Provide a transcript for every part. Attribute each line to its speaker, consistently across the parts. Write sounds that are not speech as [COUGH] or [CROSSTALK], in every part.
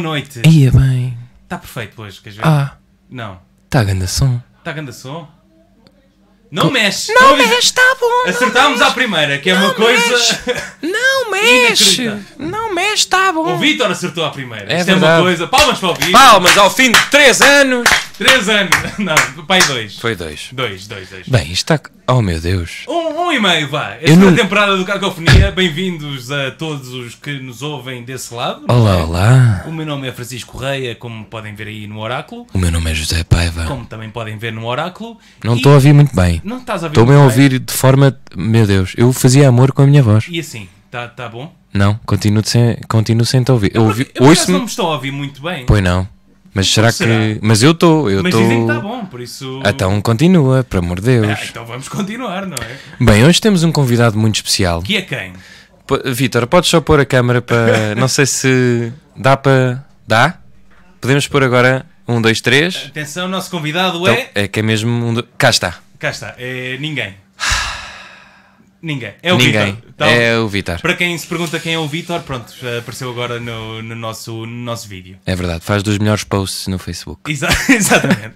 Speaker 1: noite.
Speaker 2: Ia bem.
Speaker 1: Está perfeito hoje, queres ver?
Speaker 2: Ah,
Speaker 1: Não.
Speaker 2: está grande som.
Speaker 1: Está grande som? Não mexe!
Speaker 2: Não
Speaker 1: Estou a dizer-
Speaker 2: mexe, está bom.
Speaker 1: Acertámos à primeira, que é uma coisa.
Speaker 2: Não mexe.
Speaker 1: Inacreditável.
Speaker 2: Não mexe,
Speaker 1: [LAUGHS]
Speaker 2: está
Speaker 1: O
Speaker 2: bom.
Speaker 1: Vitor acertou à primeira.
Speaker 2: É
Speaker 1: Isto é uma
Speaker 2: verdade.
Speaker 1: coisa. Palmas para o Vitor.
Speaker 2: Palmas ao fim de 3 anos.
Speaker 1: 3 anos. [LAUGHS] Não, pai 2.
Speaker 2: Foi dois.
Speaker 1: 2, 2, 2.
Speaker 2: Bem, isto está. Oh meu Deus.
Speaker 1: Um, um e meio, vá.
Speaker 2: Eu
Speaker 1: Esta
Speaker 2: não-
Speaker 1: temporada do Cacofonia. Bem-vindos a todos os que nos ouvem desse lado.
Speaker 2: Olá, olá.
Speaker 1: O meu nome é Francisco Correia, como podem ver aí no Oráculo.
Speaker 2: O meu nome é José Paiva.
Speaker 1: Como também podem ver no Oráculo.
Speaker 2: Não
Speaker 1: E-
Speaker 2: estou a ouvir muito bem.
Speaker 1: Não estás a ouvir.
Speaker 2: Estou-me a
Speaker 1: muito
Speaker 2: ouvir de forma. Meu Deus, eu fazia amor com a minha voz.
Speaker 1: E assim, está tá bom?
Speaker 2: Não, continuo sem, continuo sem te ouvir. Eu ouvi.
Speaker 1: Eu por acaso não
Speaker 2: Ouço-me.
Speaker 1: me estou a ouvir muito bem.
Speaker 2: Pois não. Mas será que.
Speaker 1: será?
Speaker 2: Mas eu estou, eu
Speaker 1: mas dizem que está
Speaker 2: estou.
Speaker 1: bom, por isso.
Speaker 2: Então continua, por amor de
Speaker 1: Ah,
Speaker 2: Deus.
Speaker 1: então vamos continuar, não é?
Speaker 2: Bem, hoje temos um convidado muito especial.
Speaker 1: Que é quem?
Speaker 2: P- Vitor, podes só pôr a
Speaker 1: [LAUGHS]
Speaker 2: câmara para. Não sei se dá para. Dá? Podemos pôr agora um, dois, três.
Speaker 1: Atenção, nosso convidado
Speaker 2: Então,
Speaker 1: é.
Speaker 2: é que é mesmo um. do- Cá está.
Speaker 1: Cá está, é ninguém. Ninguém. É o
Speaker 2: Ninguém.
Speaker 1: Vitor. Então,
Speaker 2: É o Vitor.
Speaker 1: Para quem se pergunta quem é o Vitor, pronto, já apareceu agora no, no nosso, no nosso vídeo.
Speaker 2: É verdade, faz dos melhores posts no Facebook.
Speaker 1: Exa- [LAUGHS] exatamente.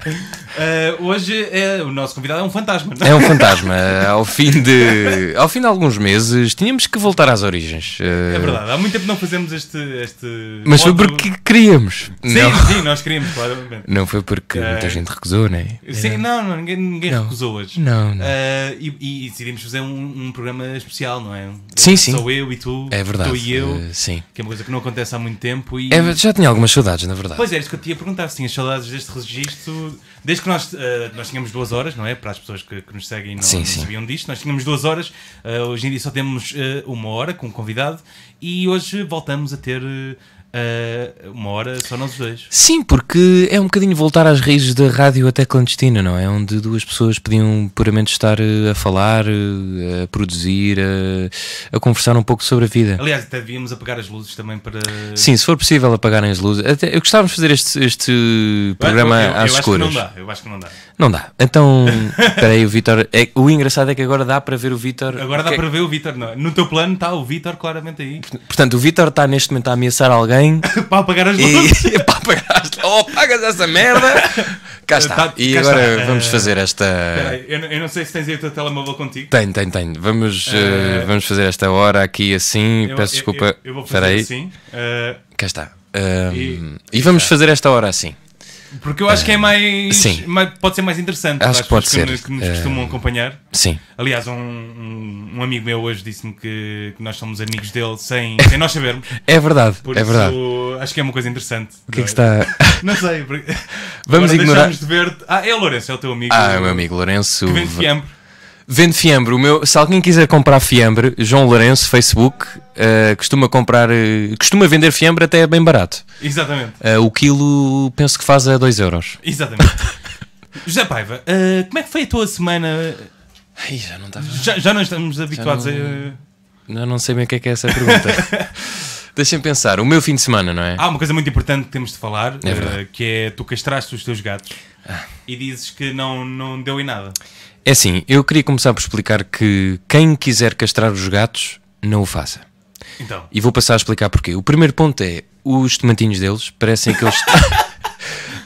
Speaker 1: Eh, hoje é, o nosso convidado é um fantasma. não é?
Speaker 2: É
Speaker 1: [LAUGHS]
Speaker 2: um fantasma. Ao fim de. Ao fim de alguns meses tínhamos que voltar às origens. eh,
Speaker 1: É verdade, há muito tempo não fazemos este. este
Speaker 2: Mas foi
Speaker 1: modo-
Speaker 2: porque queríamos.
Speaker 1: Sim,
Speaker 2: Não,
Speaker 1: sim, nós queríamos, claramente.
Speaker 2: não foi porque muita gente recusou, não é?
Speaker 1: Sim, não, não, ninguém, ninguém
Speaker 2: Não.
Speaker 1: recusou hoje.
Speaker 2: Não, não.
Speaker 1: Ah, e, e decidimos fazer um, um programa especial, não é?
Speaker 2: Sim, sim.
Speaker 1: Sou eu e tu,
Speaker 2: É verdade.
Speaker 1: tu e eu,
Speaker 2: eh, sim.
Speaker 1: que é uma coisa que não acontece há muito tempo. E...
Speaker 2: É, já tinha algumas saudades, na verdade.
Speaker 1: Pois é, isso que eu te ia perguntar, se tinhas saudades deste registro, desde que nós, ah, nós tínhamos duas horas, não é? Para as pessoas que, que nos seguem e não,
Speaker 2: Sim,
Speaker 1: não
Speaker 2: sim.
Speaker 1: sabiam disto, nós tínhamos duas horas, ah, hoje em dia só temos ah, uma hora com um convidado e hoje voltamos a ter ah, uma hora só nós os dois.
Speaker 2: Sim, porque é um bocadinho voltar às raízes da rádio até clandestina, não é? Onde duas pessoas podiam puramente estar eh, a falar, eh, a produzir, eh, a, a conversar um pouco sobre a vida.
Speaker 1: Aliás, até devíamos apagar as luzes também para.
Speaker 2: Sim, se for possível apagarem as luzes. Até- eu gostava de fazer este, este
Speaker 1: eu,
Speaker 2: programa
Speaker 1: eu, eu
Speaker 2: às
Speaker 1: acho que
Speaker 2: escuras.
Speaker 1: não dá, eu acho que não dá.
Speaker 2: Não dá. Então, espera aí, o Vitor. é- o engraçado é que agora dá para ver o Vitor.
Speaker 1: Agora dá
Speaker 2: que-
Speaker 1: para ver o Vitor, não é? No teu plano está o Vitor claramente aí. [LAUGHS]
Speaker 2: Portanto, o Vitor está neste momento a ameaçar alguém
Speaker 1: Para apagar as luzes.
Speaker 2: e [LAUGHS] pá, apagas, ou apagas essa merda. Cá está.
Speaker 1: Tá-
Speaker 2: e
Speaker 1: cá
Speaker 2: agora
Speaker 1: está.
Speaker 2: vamos
Speaker 1: Eh,
Speaker 2: fazer esta.
Speaker 1: Espera aí, Eu, não- eu não sei se tens aí o teu telemóvel contigo.
Speaker 2: Tenho, tenho, tenho. Vamos, eh, vamos fazer esta hora aqui assim.
Speaker 1: Eu-
Speaker 2: Peço
Speaker 1: eu-
Speaker 2: desculpa.
Speaker 1: Eu, eu vou fazer
Speaker 2: Espera aí.
Speaker 1: assim. eh,
Speaker 2: Cá está. Ahm,
Speaker 1: E-
Speaker 2: e, vamos fazer esta hora assim.
Speaker 1: porque eu acho que é mais,
Speaker 2: sim.
Speaker 1: mais- Pode ser mais interessante. para
Speaker 2: Acho
Speaker 1: as
Speaker 2: que pode
Speaker 1: pessoas
Speaker 2: ser. Eh.
Speaker 1: Que, nos- que nos costumam acompanhar.
Speaker 2: Sim.
Speaker 1: Aliás, um, um- um amigo meu hoje disse-me que, que nós somos amigos dele sem, sem nós sabermos.
Speaker 2: [LAUGHS] É verdade,
Speaker 1: Por
Speaker 2: é verdade. O
Speaker 1: isso acho que é uma coisa interessante.
Speaker 2: que é
Speaker 1: [LAUGHS]
Speaker 2: que está.
Speaker 1: Não sei. porque-
Speaker 2: Vamos
Speaker 1: [LAUGHS] Agora
Speaker 2: ignorar-
Speaker 1: deixámos De ver ah, é o Lourenço, é o teu amigo.
Speaker 2: Ah, o meu amigo Lourenço.
Speaker 1: Que vende fiambre.
Speaker 2: Vende fiambre. O meu, se alguém quiser comprar fiambre, João Lourenço, Facebook, eh, costuma comprar. eh, costuma vender fiambre até bem barato.
Speaker 1: Exatamente.
Speaker 2: Eh, o quilo penso que faz a 2 euros. [LAUGHS]
Speaker 1: Exatamente. José Paiva, ah, como é que foi a tua semana?
Speaker 2: Ai, já não estava.
Speaker 1: Já, já não estamos habituados a.
Speaker 2: Eu não sei bem o que é que é essa
Speaker 1: [LAUGHS]
Speaker 2: pergunta. Deixem-me pensar. O meu fim de semana, não é?
Speaker 1: Há Ah, uma coisa muito importante que temos de falar,
Speaker 2: É verdade. Ah.
Speaker 1: ah, que é tu castraste os teus gatos e dizes que não, não deu em nada.
Speaker 2: É assim, eu queria começar por explicar que quem quiser castrar os gatos, não o faça.
Speaker 1: Então,
Speaker 2: E vou passar a explicar porquê. O primeiro ponto é, os tomatinhos deles parecem aqueles... [LAUGHS]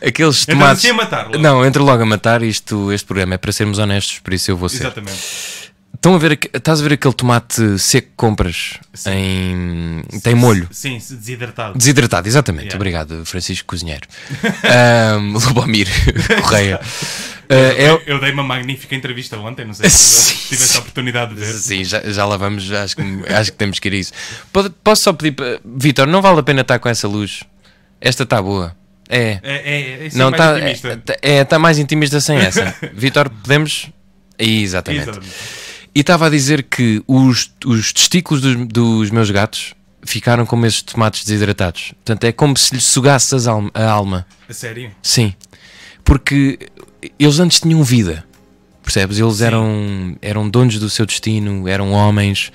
Speaker 2: aqueles
Speaker 1: eu
Speaker 2: tomates...
Speaker 1: assim a matar logo.
Speaker 2: Não, entra logo a matar isto, este programa é para sermos honestos, por isso eu vou ser.
Speaker 1: Exatamente.
Speaker 2: Estão a ver, aqu- estás a ver aquele tomate seco que compras em. tem molho.
Speaker 1: Sim, se desidratado.
Speaker 2: Desidratado, exatamente.
Speaker 1: Yeah.
Speaker 2: Obrigado, Francisco Cozinheiro. [LAUGHS] Ahm,
Speaker 1: [LAUGHS]
Speaker 2: Lubomir Correia. Ah, é,
Speaker 1: Eu dei uma magnífica entrevista ontem, não sei
Speaker 2: [LAUGHS] Sim,
Speaker 1: se tiveste
Speaker 2: sim.
Speaker 1: a oportunidade de ver.
Speaker 2: [LAUGHS] Sim, já, já lá vamos, já acho que, acho que temos que ir a isso. Pode- posso só pedir, para- Vitor, não vale a pena estar com essa luz. Esta está boa. É,
Speaker 1: É, é, é, isso é
Speaker 2: não
Speaker 1: mais
Speaker 2: está.
Speaker 1: otimista.
Speaker 2: É, está mais intimista sem essa. Vitor, podemos. é, Exatamente.
Speaker 1: Exatamente.
Speaker 2: E estava a dizer que os, os testículos dos, dos meus gatos ficaram como esses tomates desidratados. Portanto, é como se lhes sugasse as alma- a alma.
Speaker 1: A sério?
Speaker 2: Sim. Porque eles antes tinham vida. Percebes? Eles eram, eram donos do seu destino, eram homens,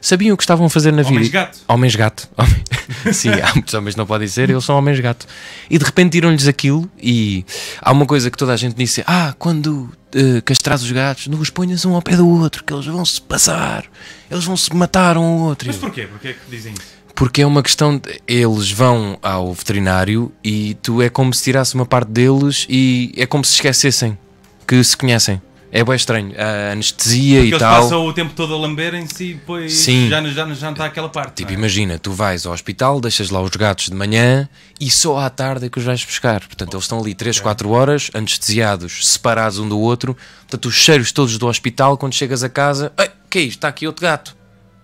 Speaker 2: sabiam o que estavam a fazer na
Speaker 1: Homens
Speaker 2: vida.
Speaker 1: gato.
Speaker 2: Homens [LAUGHS] gato. Homem- Sim, há muitos homens que não podem ser, eles são homens gato. E de repente tiram-lhes aquilo e há uma coisa que toda a gente disse: ah, quando eh, castras os gatos, não os ponhas um ao pé do outro, que eles vão se passar, eles vão se matar um ao outro.
Speaker 1: Mas porquê? Porquê é que dizem isso?
Speaker 2: porque é uma questão. de- eles vão ao veterinário e tu é como se tirasse uma parte deles e é como se esquecessem que se conhecem. É bem estranho. A anestesia
Speaker 1: Porque
Speaker 2: e
Speaker 1: eles
Speaker 2: tal.
Speaker 1: passam o tempo todo a lamberem-se e depois
Speaker 2: Sim.
Speaker 1: já, já, já não está aquela parte.
Speaker 2: Tipo,
Speaker 1: não é?
Speaker 2: imagina, tu vais ao hospital, deixas lá os gatos de manhã e só à tarde é que os vais buscar. Portanto, eles estão ali 3, 4 horas, anestesiados, separados um do outro. Portanto, os cheiros todos do hospital, quando chegas a casa, Ei, que é isto? Está aqui outro gato.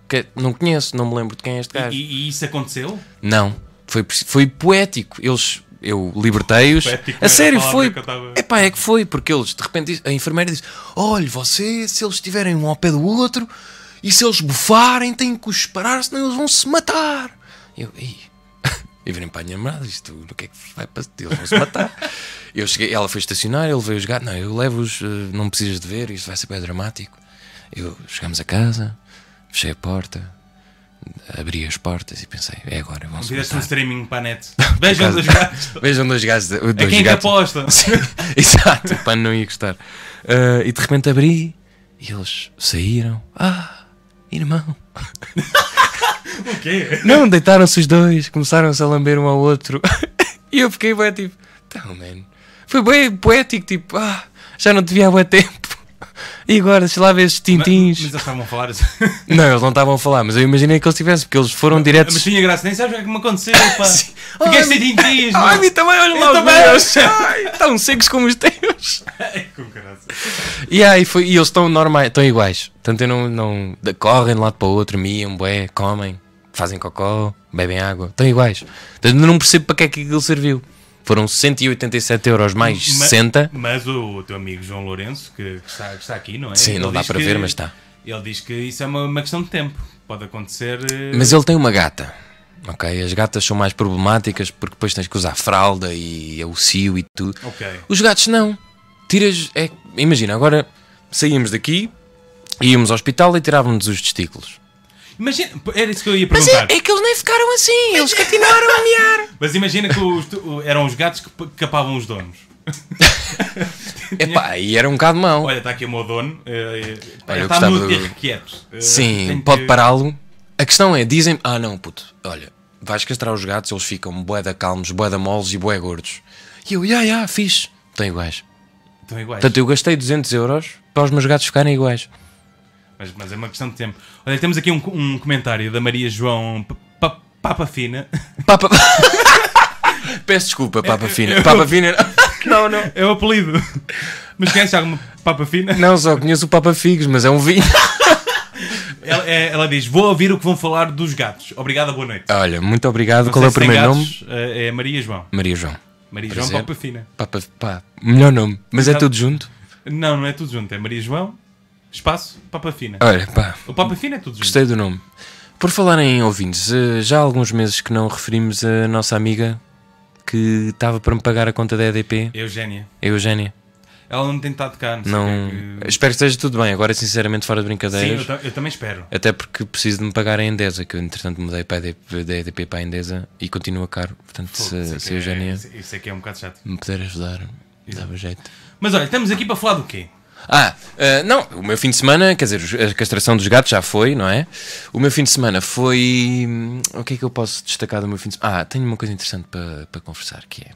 Speaker 2: Que- não conheço, não me lembro de quem é este gajo.
Speaker 1: E, e isso aconteceu?
Speaker 2: Não, foi, preci- foi poético. Eles, eu libertei-os.
Speaker 1: Poético era
Speaker 2: A
Speaker 1: a
Speaker 2: sério,
Speaker 1: palavra
Speaker 2: foi.
Speaker 1: que eu tava-
Speaker 2: Epá, é que foi, porque eles, de repente, disse- a enfermeira disse: Olha, você, se eles estiverem um ao pé do outro e se eles bufarem, têm que os parar, senão eles vão se matar. Eu, ei. [LAUGHS] E virem para a minha namorada, isto o que é que vai passar? Eles vão se matar. eu cheguei, ela foi estacionar, ele veio os gatos. Não, eu levo-os, eh, não precisas de ver, isto vai ser bem dramático. Eu, chegamos a casa, fechei a porta, abri as portas e pensei, é agora, vão se
Speaker 1: Fizeste um
Speaker 2: matar.
Speaker 1: streaming para a net. Vejam
Speaker 2: acaso-
Speaker 1: os gatos.
Speaker 2: Vejam dois gatos. [LAUGHS] Dois
Speaker 1: É quem que
Speaker 2: [LAUGHS] gatos.
Speaker 1: aposta.
Speaker 2: Sim, exato, pá, não ia gostar. Ah, e de repente abri e eles saíram. Ah, irmão.
Speaker 1: O quê?
Speaker 2: [LAUGHS] Não, deitaram-se os dois, começaram-se a lamber um ao outro. [LAUGHS] e eu fiquei bem tipo, então, man. Foi bem poético, tipo, ah, já não te vi há bué tempo. [LAUGHS] E agora, sei lá, vês
Speaker 1: Mas, mas
Speaker 2: tintins.
Speaker 1: eles estavam a falar
Speaker 2: [LAUGHS]
Speaker 1: assim.
Speaker 2: Não, eles não estavam a falar, mas eu imaginei que eles tivessem, porque eles foram diretos.
Speaker 1: Mas tinha graça, nem sabes o que é que me
Speaker 2: [LAUGHS]
Speaker 1: aconteceu, pá.
Speaker 2: Sim.
Speaker 1: Fiquei sem tintinhas,
Speaker 2: Ai, a
Speaker 1: [LAUGHS] mano.
Speaker 2: mim também, olha
Speaker 1: Eu
Speaker 2: lá, os
Speaker 1: também.
Speaker 2: [LAUGHS] meus. Ai, tão secos como os teus.
Speaker 1: Com graça.
Speaker 2: E aí foi, e eles estão normais, estão iguais. Portanto, eu não, não de- correm de um lado para o outro, miam, bué, comem, fazem cocó, bebem água, estão iguais. Portanto, eu não percebo para que é que aquilo serviu. Foram 187 euros mais
Speaker 1: Ma-
Speaker 2: 60.
Speaker 1: Mas o, o teu amigo João Lourenço, que, que está, que está aqui, não é?
Speaker 2: Sim,
Speaker 1: Ele
Speaker 2: não dá
Speaker 1: diz
Speaker 2: para
Speaker 1: que-
Speaker 2: ver, mas está.
Speaker 1: Ele diz que isso é uma, uma questão de tempo. Pode acontecer. eh,
Speaker 2: Mas ele tem uma gata. Ok, as gatas são mais problemáticas porque depois tens que usar fralda e o cio e tudo.
Speaker 1: Ok.
Speaker 2: Os gatos não. Tiras. É, imagina, agora saímos daqui, íamos ao hospital e tirávamos os testículos.
Speaker 1: Imagina, era isso que eu ia
Speaker 2: Mas
Speaker 1: perguntar.
Speaker 2: é, é que eles nem ficaram assim, eles continuaram a miar.
Speaker 1: Mas imagina que os tu- o- eram os gatos que p- capavam os donos.
Speaker 2: [LAUGHS] Epá, e era um bocado mau.
Speaker 1: Olha, está aqui o meu dono. eh, eh,
Speaker 2: Ah, eu
Speaker 1: está
Speaker 2: gostava
Speaker 1: muito
Speaker 2: do-
Speaker 1: irrequieto. Eh,
Speaker 2: Sim,
Speaker 1: tenho
Speaker 2: pode
Speaker 1: que-
Speaker 2: pará-lo. A questão é, dizem ah não, puto, olha, vais castrar os gatos, eles ficam bué da calmos, bué da moles e bué gordos. E eu, ya, ya, fixe. Estão iguais.
Speaker 1: Estão Então é iguais.
Speaker 2: Portanto, eu gastei 200 euros para os meus gatos ficarem iguais.
Speaker 1: Mas, mas é uma questão de tempo. Olha, temos aqui um, co- um comentário da Maria João P- P- Papa Fina. [LAUGHS]
Speaker 2: Papa... [LAUGHS] Peço desculpa, Papa Fina. Papa Fina... Não, não.
Speaker 1: É o apelido. Mas conhece alguma Papa Fina?
Speaker 2: Não, só conheço o Papa Figos, mas é um vinho. [LAUGHS]
Speaker 1: Ela, é- ela diz: Vou ouvir o que vão falar dos gatos. Obrigada, boa noite.
Speaker 2: Olha, muito obrigado.
Speaker 1: Não
Speaker 2: Ah, Qual
Speaker 1: sei
Speaker 2: é o
Speaker 1: se tem
Speaker 2: primeiro nome?
Speaker 1: gatos, eh, É Maria João.
Speaker 2: Maria João.
Speaker 1: Maria
Speaker 2: Prazer.
Speaker 1: João Papa Fina.
Speaker 2: Papa, pá, melhor nome. Mas é
Speaker 1: Exato.
Speaker 2: tudo junto?
Speaker 1: Não, não é tudo junto. É Maria João, espaço, Papa Fina.
Speaker 2: Olha, pá,
Speaker 1: O Papa Fina é tudo junto.
Speaker 2: Ah, gostei do nome. Por falar em ouvintes, eh, já há alguns meses que não referimos a nossa amiga que estava para me pagar a conta da EDP,
Speaker 1: É Eugénia.
Speaker 2: a Eugénia.
Speaker 1: Ela não tem estado cá, não sei
Speaker 2: Não...
Speaker 1: o que é que-
Speaker 2: Espero que esteja tudo bem. Agora, sinceramente, fora de
Speaker 1: Sim,
Speaker 2: brincadeiras.
Speaker 1: eu, ta- eu também espero.
Speaker 2: Até porque preciso de me pagar a Endesa, que eu entretanto mudei para a EDP, da EDP para a Endesa e continua caro. Portanto,
Speaker 1: Isso é
Speaker 2: se,
Speaker 1: que
Speaker 2: se a
Speaker 1: é-
Speaker 2: Eugénia
Speaker 1: isso- Isso é que é um bocado chato.
Speaker 2: me puder ajudar, dava jeito.
Speaker 1: Mas olha, estamos aqui para falar do quê?
Speaker 2: Ah, ah, não, o meu fim de semana, quer dizer, os- a castração dos gatos já foi, não é? O meu fim de semana foi. hum, O que é que eu posso destacar do meu fim de semana? Ah, tenho uma coisa interessante para, para conversar que é.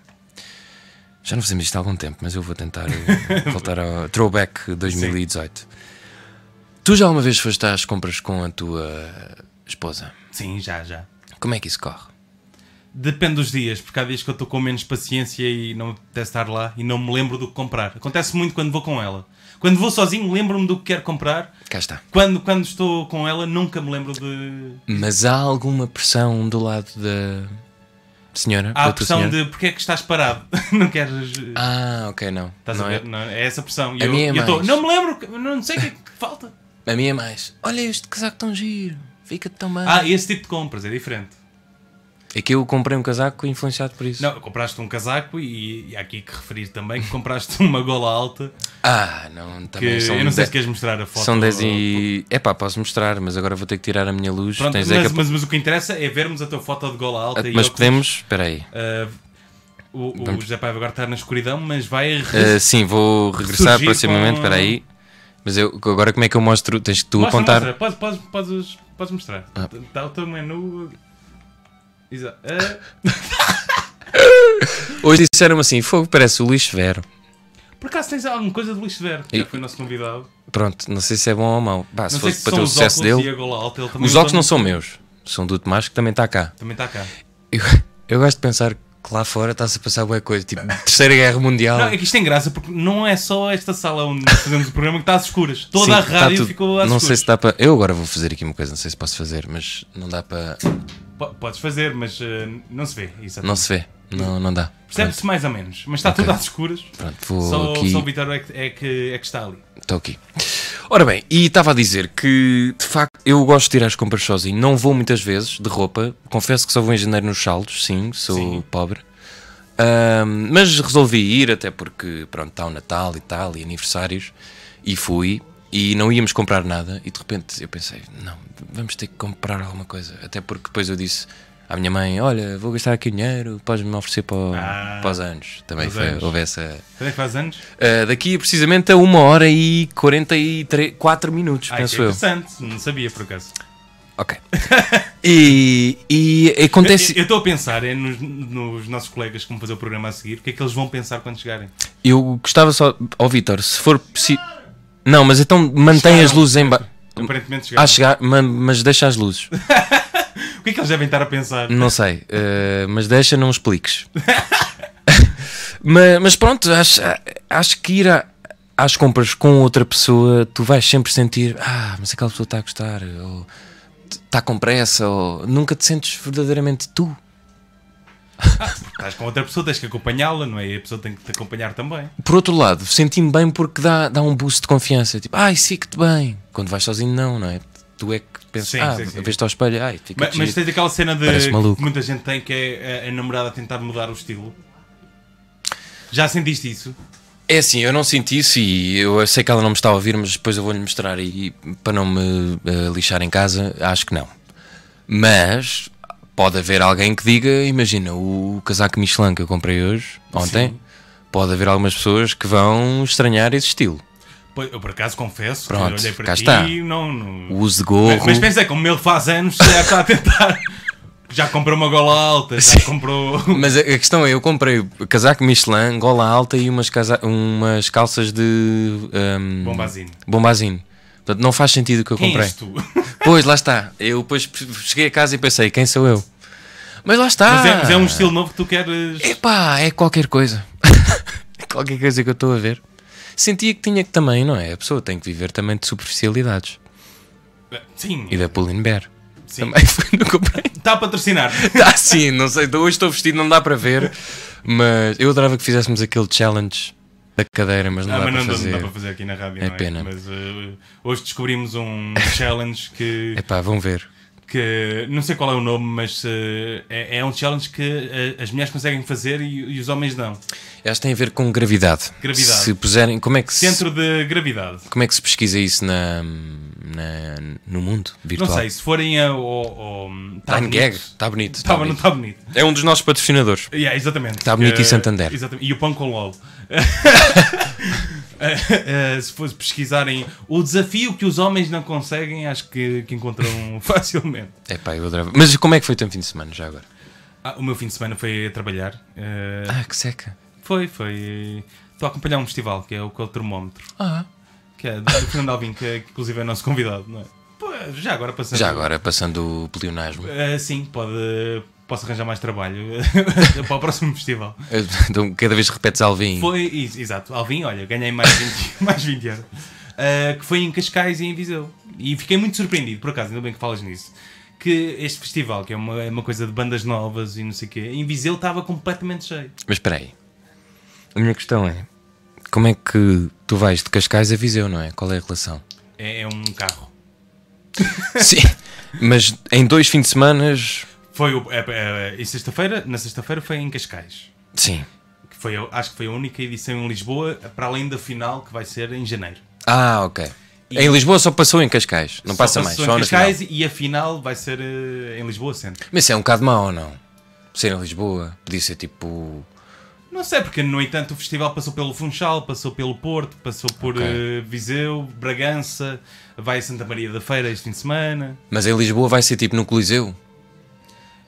Speaker 2: Já não fazemos isto há algum tempo, mas eu vou tentar
Speaker 1: [LAUGHS]
Speaker 2: eh, voltar ao Throwback 2018. Tu já uma vez foste às compras com a tua esposa?
Speaker 1: Sim, já, já.
Speaker 2: Como é que isso corre?
Speaker 1: Depende dos dias, porque há dias que eu estou com menos paciência e não me apetece estar lá e não me lembro do que comprar. Acontece muito quando vou com ela. Quando vou sozinho, lembro-me do que quero comprar.
Speaker 2: Cá está.
Speaker 1: Quando, quando estou com ela, nunca me lembro de.
Speaker 2: Mas há alguma pressão do lado da senhora?
Speaker 1: Há
Speaker 2: da
Speaker 1: a
Speaker 2: tua
Speaker 1: pressão
Speaker 2: senhora?
Speaker 1: de porque é que estás parado, [LAUGHS] não queres.
Speaker 2: Ah, ok, não.
Speaker 1: Estás
Speaker 2: não
Speaker 1: a
Speaker 2: é-
Speaker 1: ver? Não, É essa pressão. E
Speaker 2: A
Speaker 1: eu,
Speaker 2: minha é
Speaker 1: e eu estou,
Speaker 2: mais.
Speaker 1: não me lembro, não sei o que é que falta.
Speaker 2: A minha é mais. Olha este casaco tão giro. Fica-te tão bem.
Speaker 1: Ah, esse tipo de compras é diferente.
Speaker 2: É que eu comprei um casaco influenciado por isso.
Speaker 1: Não, compraste um casaco e, e há aqui que referir também que compraste [LAUGHS] uma gola alta.
Speaker 2: Ah, não.
Speaker 1: Que
Speaker 2: Também são
Speaker 1: eu não sei
Speaker 2: dez-
Speaker 1: se queres mostrar a foto.
Speaker 2: São 10 e... Epá, posso mostrar, mas agora vou ter que tirar a minha luz.
Speaker 1: Pronto,
Speaker 2: Tens
Speaker 1: mas,
Speaker 2: é que-
Speaker 1: mas- mas o que interessa é vermos a tua foto de gola alta. e
Speaker 2: mas
Speaker 1: eu-
Speaker 2: podemos... Espera aí.
Speaker 1: Ah, o, o
Speaker 2: Vamos.
Speaker 1: José Paiva agora está na escuridão, mas vai.
Speaker 2: Ah, sim, vou regressar
Speaker 1: Surgir
Speaker 2: proximamente.
Speaker 1: com-
Speaker 2: Espera aí. Mas eu, agora como é que eu mostro? Tens que tu
Speaker 1: Mostra,
Speaker 2: apontar. Ah.
Speaker 1: mostra, Podes, podes, podes, podes mostrar. Está o teu menu. Exato. Ah,
Speaker 2: Hoje disseram assim: fogo, parece o lixo Vero.
Speaker 1: por acaso tens alguma coisa de lixo verde? Que
Speaker 2: Eu-
Speaker 1: já foi o nosso convidado.
Speaker 2: Pronto, não sei se é bom ou mau. Pá, se
Speaker 1: Não sei
Speaker 2: fosse
Speaker 1: se
Speaker 2: para ter
Speaker 1: são
Speaker 2: o
Speaker 1: os
Speaker 2: sucesso
Speaker 1: óculos
Speaker 2: dele.
Speaker 1: e a gola alta. Ele também
Speaker 2: Os
Speaker 1: usa
Speaker 2: óculos não
Speaker 1: muito.
Speaker 2: são meus, são do Tomás que também está cá.
Speaker 1: Também está cá.
Speaker 2: Eu, eu gosto de pensar que lá fora está-se a passar boa coisa, tipo Terceira Guerra Mundial.
Speaker 1: Não, é que isto tem graça porque não é só esta sala onde nós fazemos o programa que está às escuras. Toda
Speaker 2: Sim,
Speaker 1: a
Speaker 2: está
Speaker 1: rádio
Speaker 2: tudo-
Speaker 1: ficou às
Speaker 2: Não sei
Speaker 1: escuras.
Speaker 2: se tá- dá para. Eu agora vou fazer aqui uma coisa, não sei se posso fazer, mas não dá para.
Speaker 1: Po- Podes fazer, mas eh, não se vê. Exato.
Speaker 2: Não se vê, não, não dá.
Speaker 1: Percebe-se mais ou menos, mas está
Speaker 2: Ok.
Speaker 1: tudo às escuras.
Speaker 2: Pronto, vou
Speaker 1: Só,
Speaker 2: aqui.
Speaker 1: só o Vitor é, que- é que, é que está ali.
Speaker 2: Estou aqui. Tá Ora bem, e estava a dizer que de facto eu gosto de ir às compras sozinho. Não vou muitas vezes de roupa. Confesso que só vou em janeiro nos saldos, sim, sou
Speaker 1: Sim.
Speaker 2: pobre. Ahm, mas resolvi ir, até porque pronto, está o Natal e tal, e aniversários, e fui. E não íamos comprar nada, e de repente eu pensei: não, vamos ter que comprar alguma coisa. Até porque depois eu disse à minha mãe: olha, vou gastar aqui dinheiro, podes-me oferecer para, o-
Speaker 1: Ah,
Speaker 2: para os anos. Também
Speaker 1: os
Speaker 2: foi,
Speaker 1: anos.
Speaker 2: houve essa,
Speaker 1: Quando é que faz anos?
Speaker 2: Uh, daqui a precisamente a 1 hora e 44 minutos,
Speaker 1: Ah, isso
Speaker 2: penso
Speaker 1: é
Speaker 2: eu.
Speaker 1: interessante, não sabia por acaso.
Speaker 2: Ok. [LAUGHS] e, e acontece.
Speaker 1: Eu- Eu estou a pensar é, nos, nos nossos colegas que vão fazer o programa a seguir, o que é que eles vão pensar quando chegarem?
Speaker 2: Eu gostava só. Ó, Vitor, se for possível. Não, mas então mantém
Speaker 1: Chegaram.
Speaker 2: as luzes em baixo.
Speaker 1: Aparentemente chegaram.
Speaker 2: Ah, chegar, ma- mas deixa as luzes.
Speaker 1: O que é que eles devem estar a pensar?
Speaker 2: Não sei, eh, mas deixa, não expliques. [LAUGHS] mas, mas pronto, acho, acho que ir a- às compras com outra pessoa, tu vais sempre sentir, ah, mas aquela pessoa está a gostar, ou está com pressa, ou nunca te sentes verdadeiramente tu.
Speaker 1: Ah, Estás com outra pessoa, tens que acompanhá-la, não é? E a pessoa tem que te acompanhar também.
Speaker 2: Por outro lado, senti-me bem porque dá, dá um boost de confiança, tipo, ai, fico-te bem. Quando vais sozinho, não, não é? Tu é que pensas,
Speaker 1: Sim,
Speaker 2: ah,
Speaker 1: sim, sim.
Speaker 2: vês-te ao espelho, ai, fica
Speaker 1: Mas, mas tens aquela cena de
Speaker 2: Parece maluco.
Speaker 1: que muita gente tem que é a, a namorada a tentar mudar o estilo. Já sentiste isso?
Speaker 2: É assim, eu não senti isso e eu sei que ela não me está a ouvir, mas depois eu vou-lhe mostrar e para não me eh, lixar em casa, acho que não. Mas pode haver alguém que diga, imagina, o casaco Michelin que eu comprei hoje, ontem, pode haver algumas pessoas que vão estranhar esse estilo.
Speaker 1: Pois, Eu por acaso confesso, que
Speaker 2: Pronto,
Speaker 1: olhei para
Speaker 2: cá
Speaker 1: ti
Speaker 2: está.
Speaker 1: e não. não-
Speaker 2: O uso de gorro.
Speaker 1: Mas, mas pensei, como ele faz anos, já está a tentar. [LAUGHS] Já comprou uma gola alta, já
Speaker 2: [LAUGHS]
Speaker 1: comprou.
Speaker 2: Mas a a questão é, eu comprei casaco Michelin, gola alta e umas, casa- umas calças de ahm,
Speaker 1: Bombazino.
Speaker 2: bombazino. Portanto, não faz sentido o que eu
Speaker 1: Quem é
Speaker 2: comprei.
Speaker 1: és tu? [LAUGHS]
Speaker 2: Pois, lá está. Eu depois cheguei a casa e pensei, quem sou eu? Mas lá está.
Speaker 1: Mas é, mas é um estilo novo que tu queres.
Speaker 2: Epá, é qualquer coisa. [LAUGHS] É qualquer coisa que eu estou a ver. Sentia que tinha que também, não é? A pessoa tem que viver também de superficialidades.
Speaker 1: Sim,
Speaker 2: E da Pauline Bear.
Speaker 1: sim.
Speaker 2: Também foi no comprei.
Speaker 1: Está a patrocinar.
Speaker 2: [LAUGHS] Tá sim, não sei. de Hoje estou vestido, não dá para ver. Mas eu adorava que fizéssemos aquele challenge da cadeira, mas não
Speaker 1: Ah,
Speaker 2: dá
Speaker 1: mas
Speaker 2: para
Speaker 1: não, dá- não
Speaker 2: fazer.
Speaker 1: dá para fazer aqui na rádio,
Speaker 2: É
Speaker 1: não é?
Speaker 2: pena.
Speaker 1: Mas eh, hoje descobrimos
Speaker 2: [LAUGHS]
Speaker 1: um challenge que,
Speaker 2: Epá, vão ver.
Speaker 1: que não sei qual é o nome, mas eh, é, é um challenge que eh, as mulheres conseguem fazer e, e os homens não.
Speaker 2: Elas têm a ver com gravidade.
Speaker 1: Gravidade.
Speaker 2: Se puserem, como é que se...
Speaker 1: Centro de gravidade.
Speaker 2: Como é que se pesquisa isso na, na- no mundo
Speaker 1: Não
Speaker 2: virtual?
Speaker 1: sei, se forem a. ao- ao- tá
Speaker 2: Está
Speaker 1: bonito.
Speaker 2: gag. Está bonito. tá
Speaker 1: Tá, mas não
Speaker 2: bonito.
Speaker 1: está bonito.
Speaker 2: É um dos nossos patrocinadores.
Speaker 1: Yeah, exatamente.
Speaker 2: Tá bonito e
Speaker 1: Eh,
Speaker 2: Santander.
Speaker 1: Exatamente. E o pão com LOL. [LAUGHS] Eh, eh, se fosse pesquisarem o desafio que os homens não conseguem, acho que, que encontram [LAUGHS] facilmente.
Speaker 2: É pá, eu adorava. Mas como é que foi o teu fim de semana já agora?
Speaker 1: Ah, o meu fim de semana foi a trabalhar. eh,
Speaker 2: Ah, que seca.
Speaker 1: Foi, foi. Estou a acompanhar um festival que é o, que é o Termómetro,
Speaker 2: Ah.
Speaker 1: que é do do Fernando Alvim, que, é- que inclusive é nosso convidado, não é? Pô, já agora passando.
Speaker 2: Já agora, passando o pleonasmo.
Speaker 1: Ah, sim, pode. Posso arranjar mais trabalho [LAUGHS] para o próximo festival.
Speaker 2: Eu- então, Cada vez repetes Alvin.
Speaker 1: Foi, is- exato, Alvim, olha, ganhei mais 20, [LAUGHS] mais 20 euros. Ah, que foi em Cascais e em Viseu. E fiquei muito surpreendido, por acaso, ainda bem que falas nisso. Que este festival, que é uma, é uma coisa de bandas novas e não sei o quê, em Viseu estava completamente cheio.
Speaker 2: Mas espera aí. A minha questão é: como é que tu vais de Cascais a Viseu, não é? Qual é a relação?
Speaker 1: É, é um carro.
Speaker 2: [LAUGHS] Sim. Mas em dois fins de semana.
Speaker 1: Foi o, é, é, em sexta-feira, na sexta-feira foi em Cascais.
Speaker 2: Sim.
Speaker 1: que foi, a- acho que foi a única edição em Lisboa, para além da final que vai ser em janeiro.
Speaker 2: Ah, ok.
Speaker 1: E-
Speaker 2: Em Lisboa só passou em Cascais. Não passa mais.
Speaker 1: passou
Speaker 2: Só
Speaker 1: em
Speaker 2: na final.
Speaker 1: Cascais e a final vai ser eh, em Lisboa centro.
Speaker 2: Mas isso é um bocado mau ou não? Ser em Lisboa, podia ser tipo.
Speaker 1: Não sei, porque no entanto o festival passou pelo Funchal, passou pelo Porto, passou por
Speaker 2: Ok.
Speaker 1: eh, Viseu, Bragança, vai a Santa Maria da Feira este fim de semana.
Speaker 2: Mas em Lisboa vai ser tipo no Coliseu.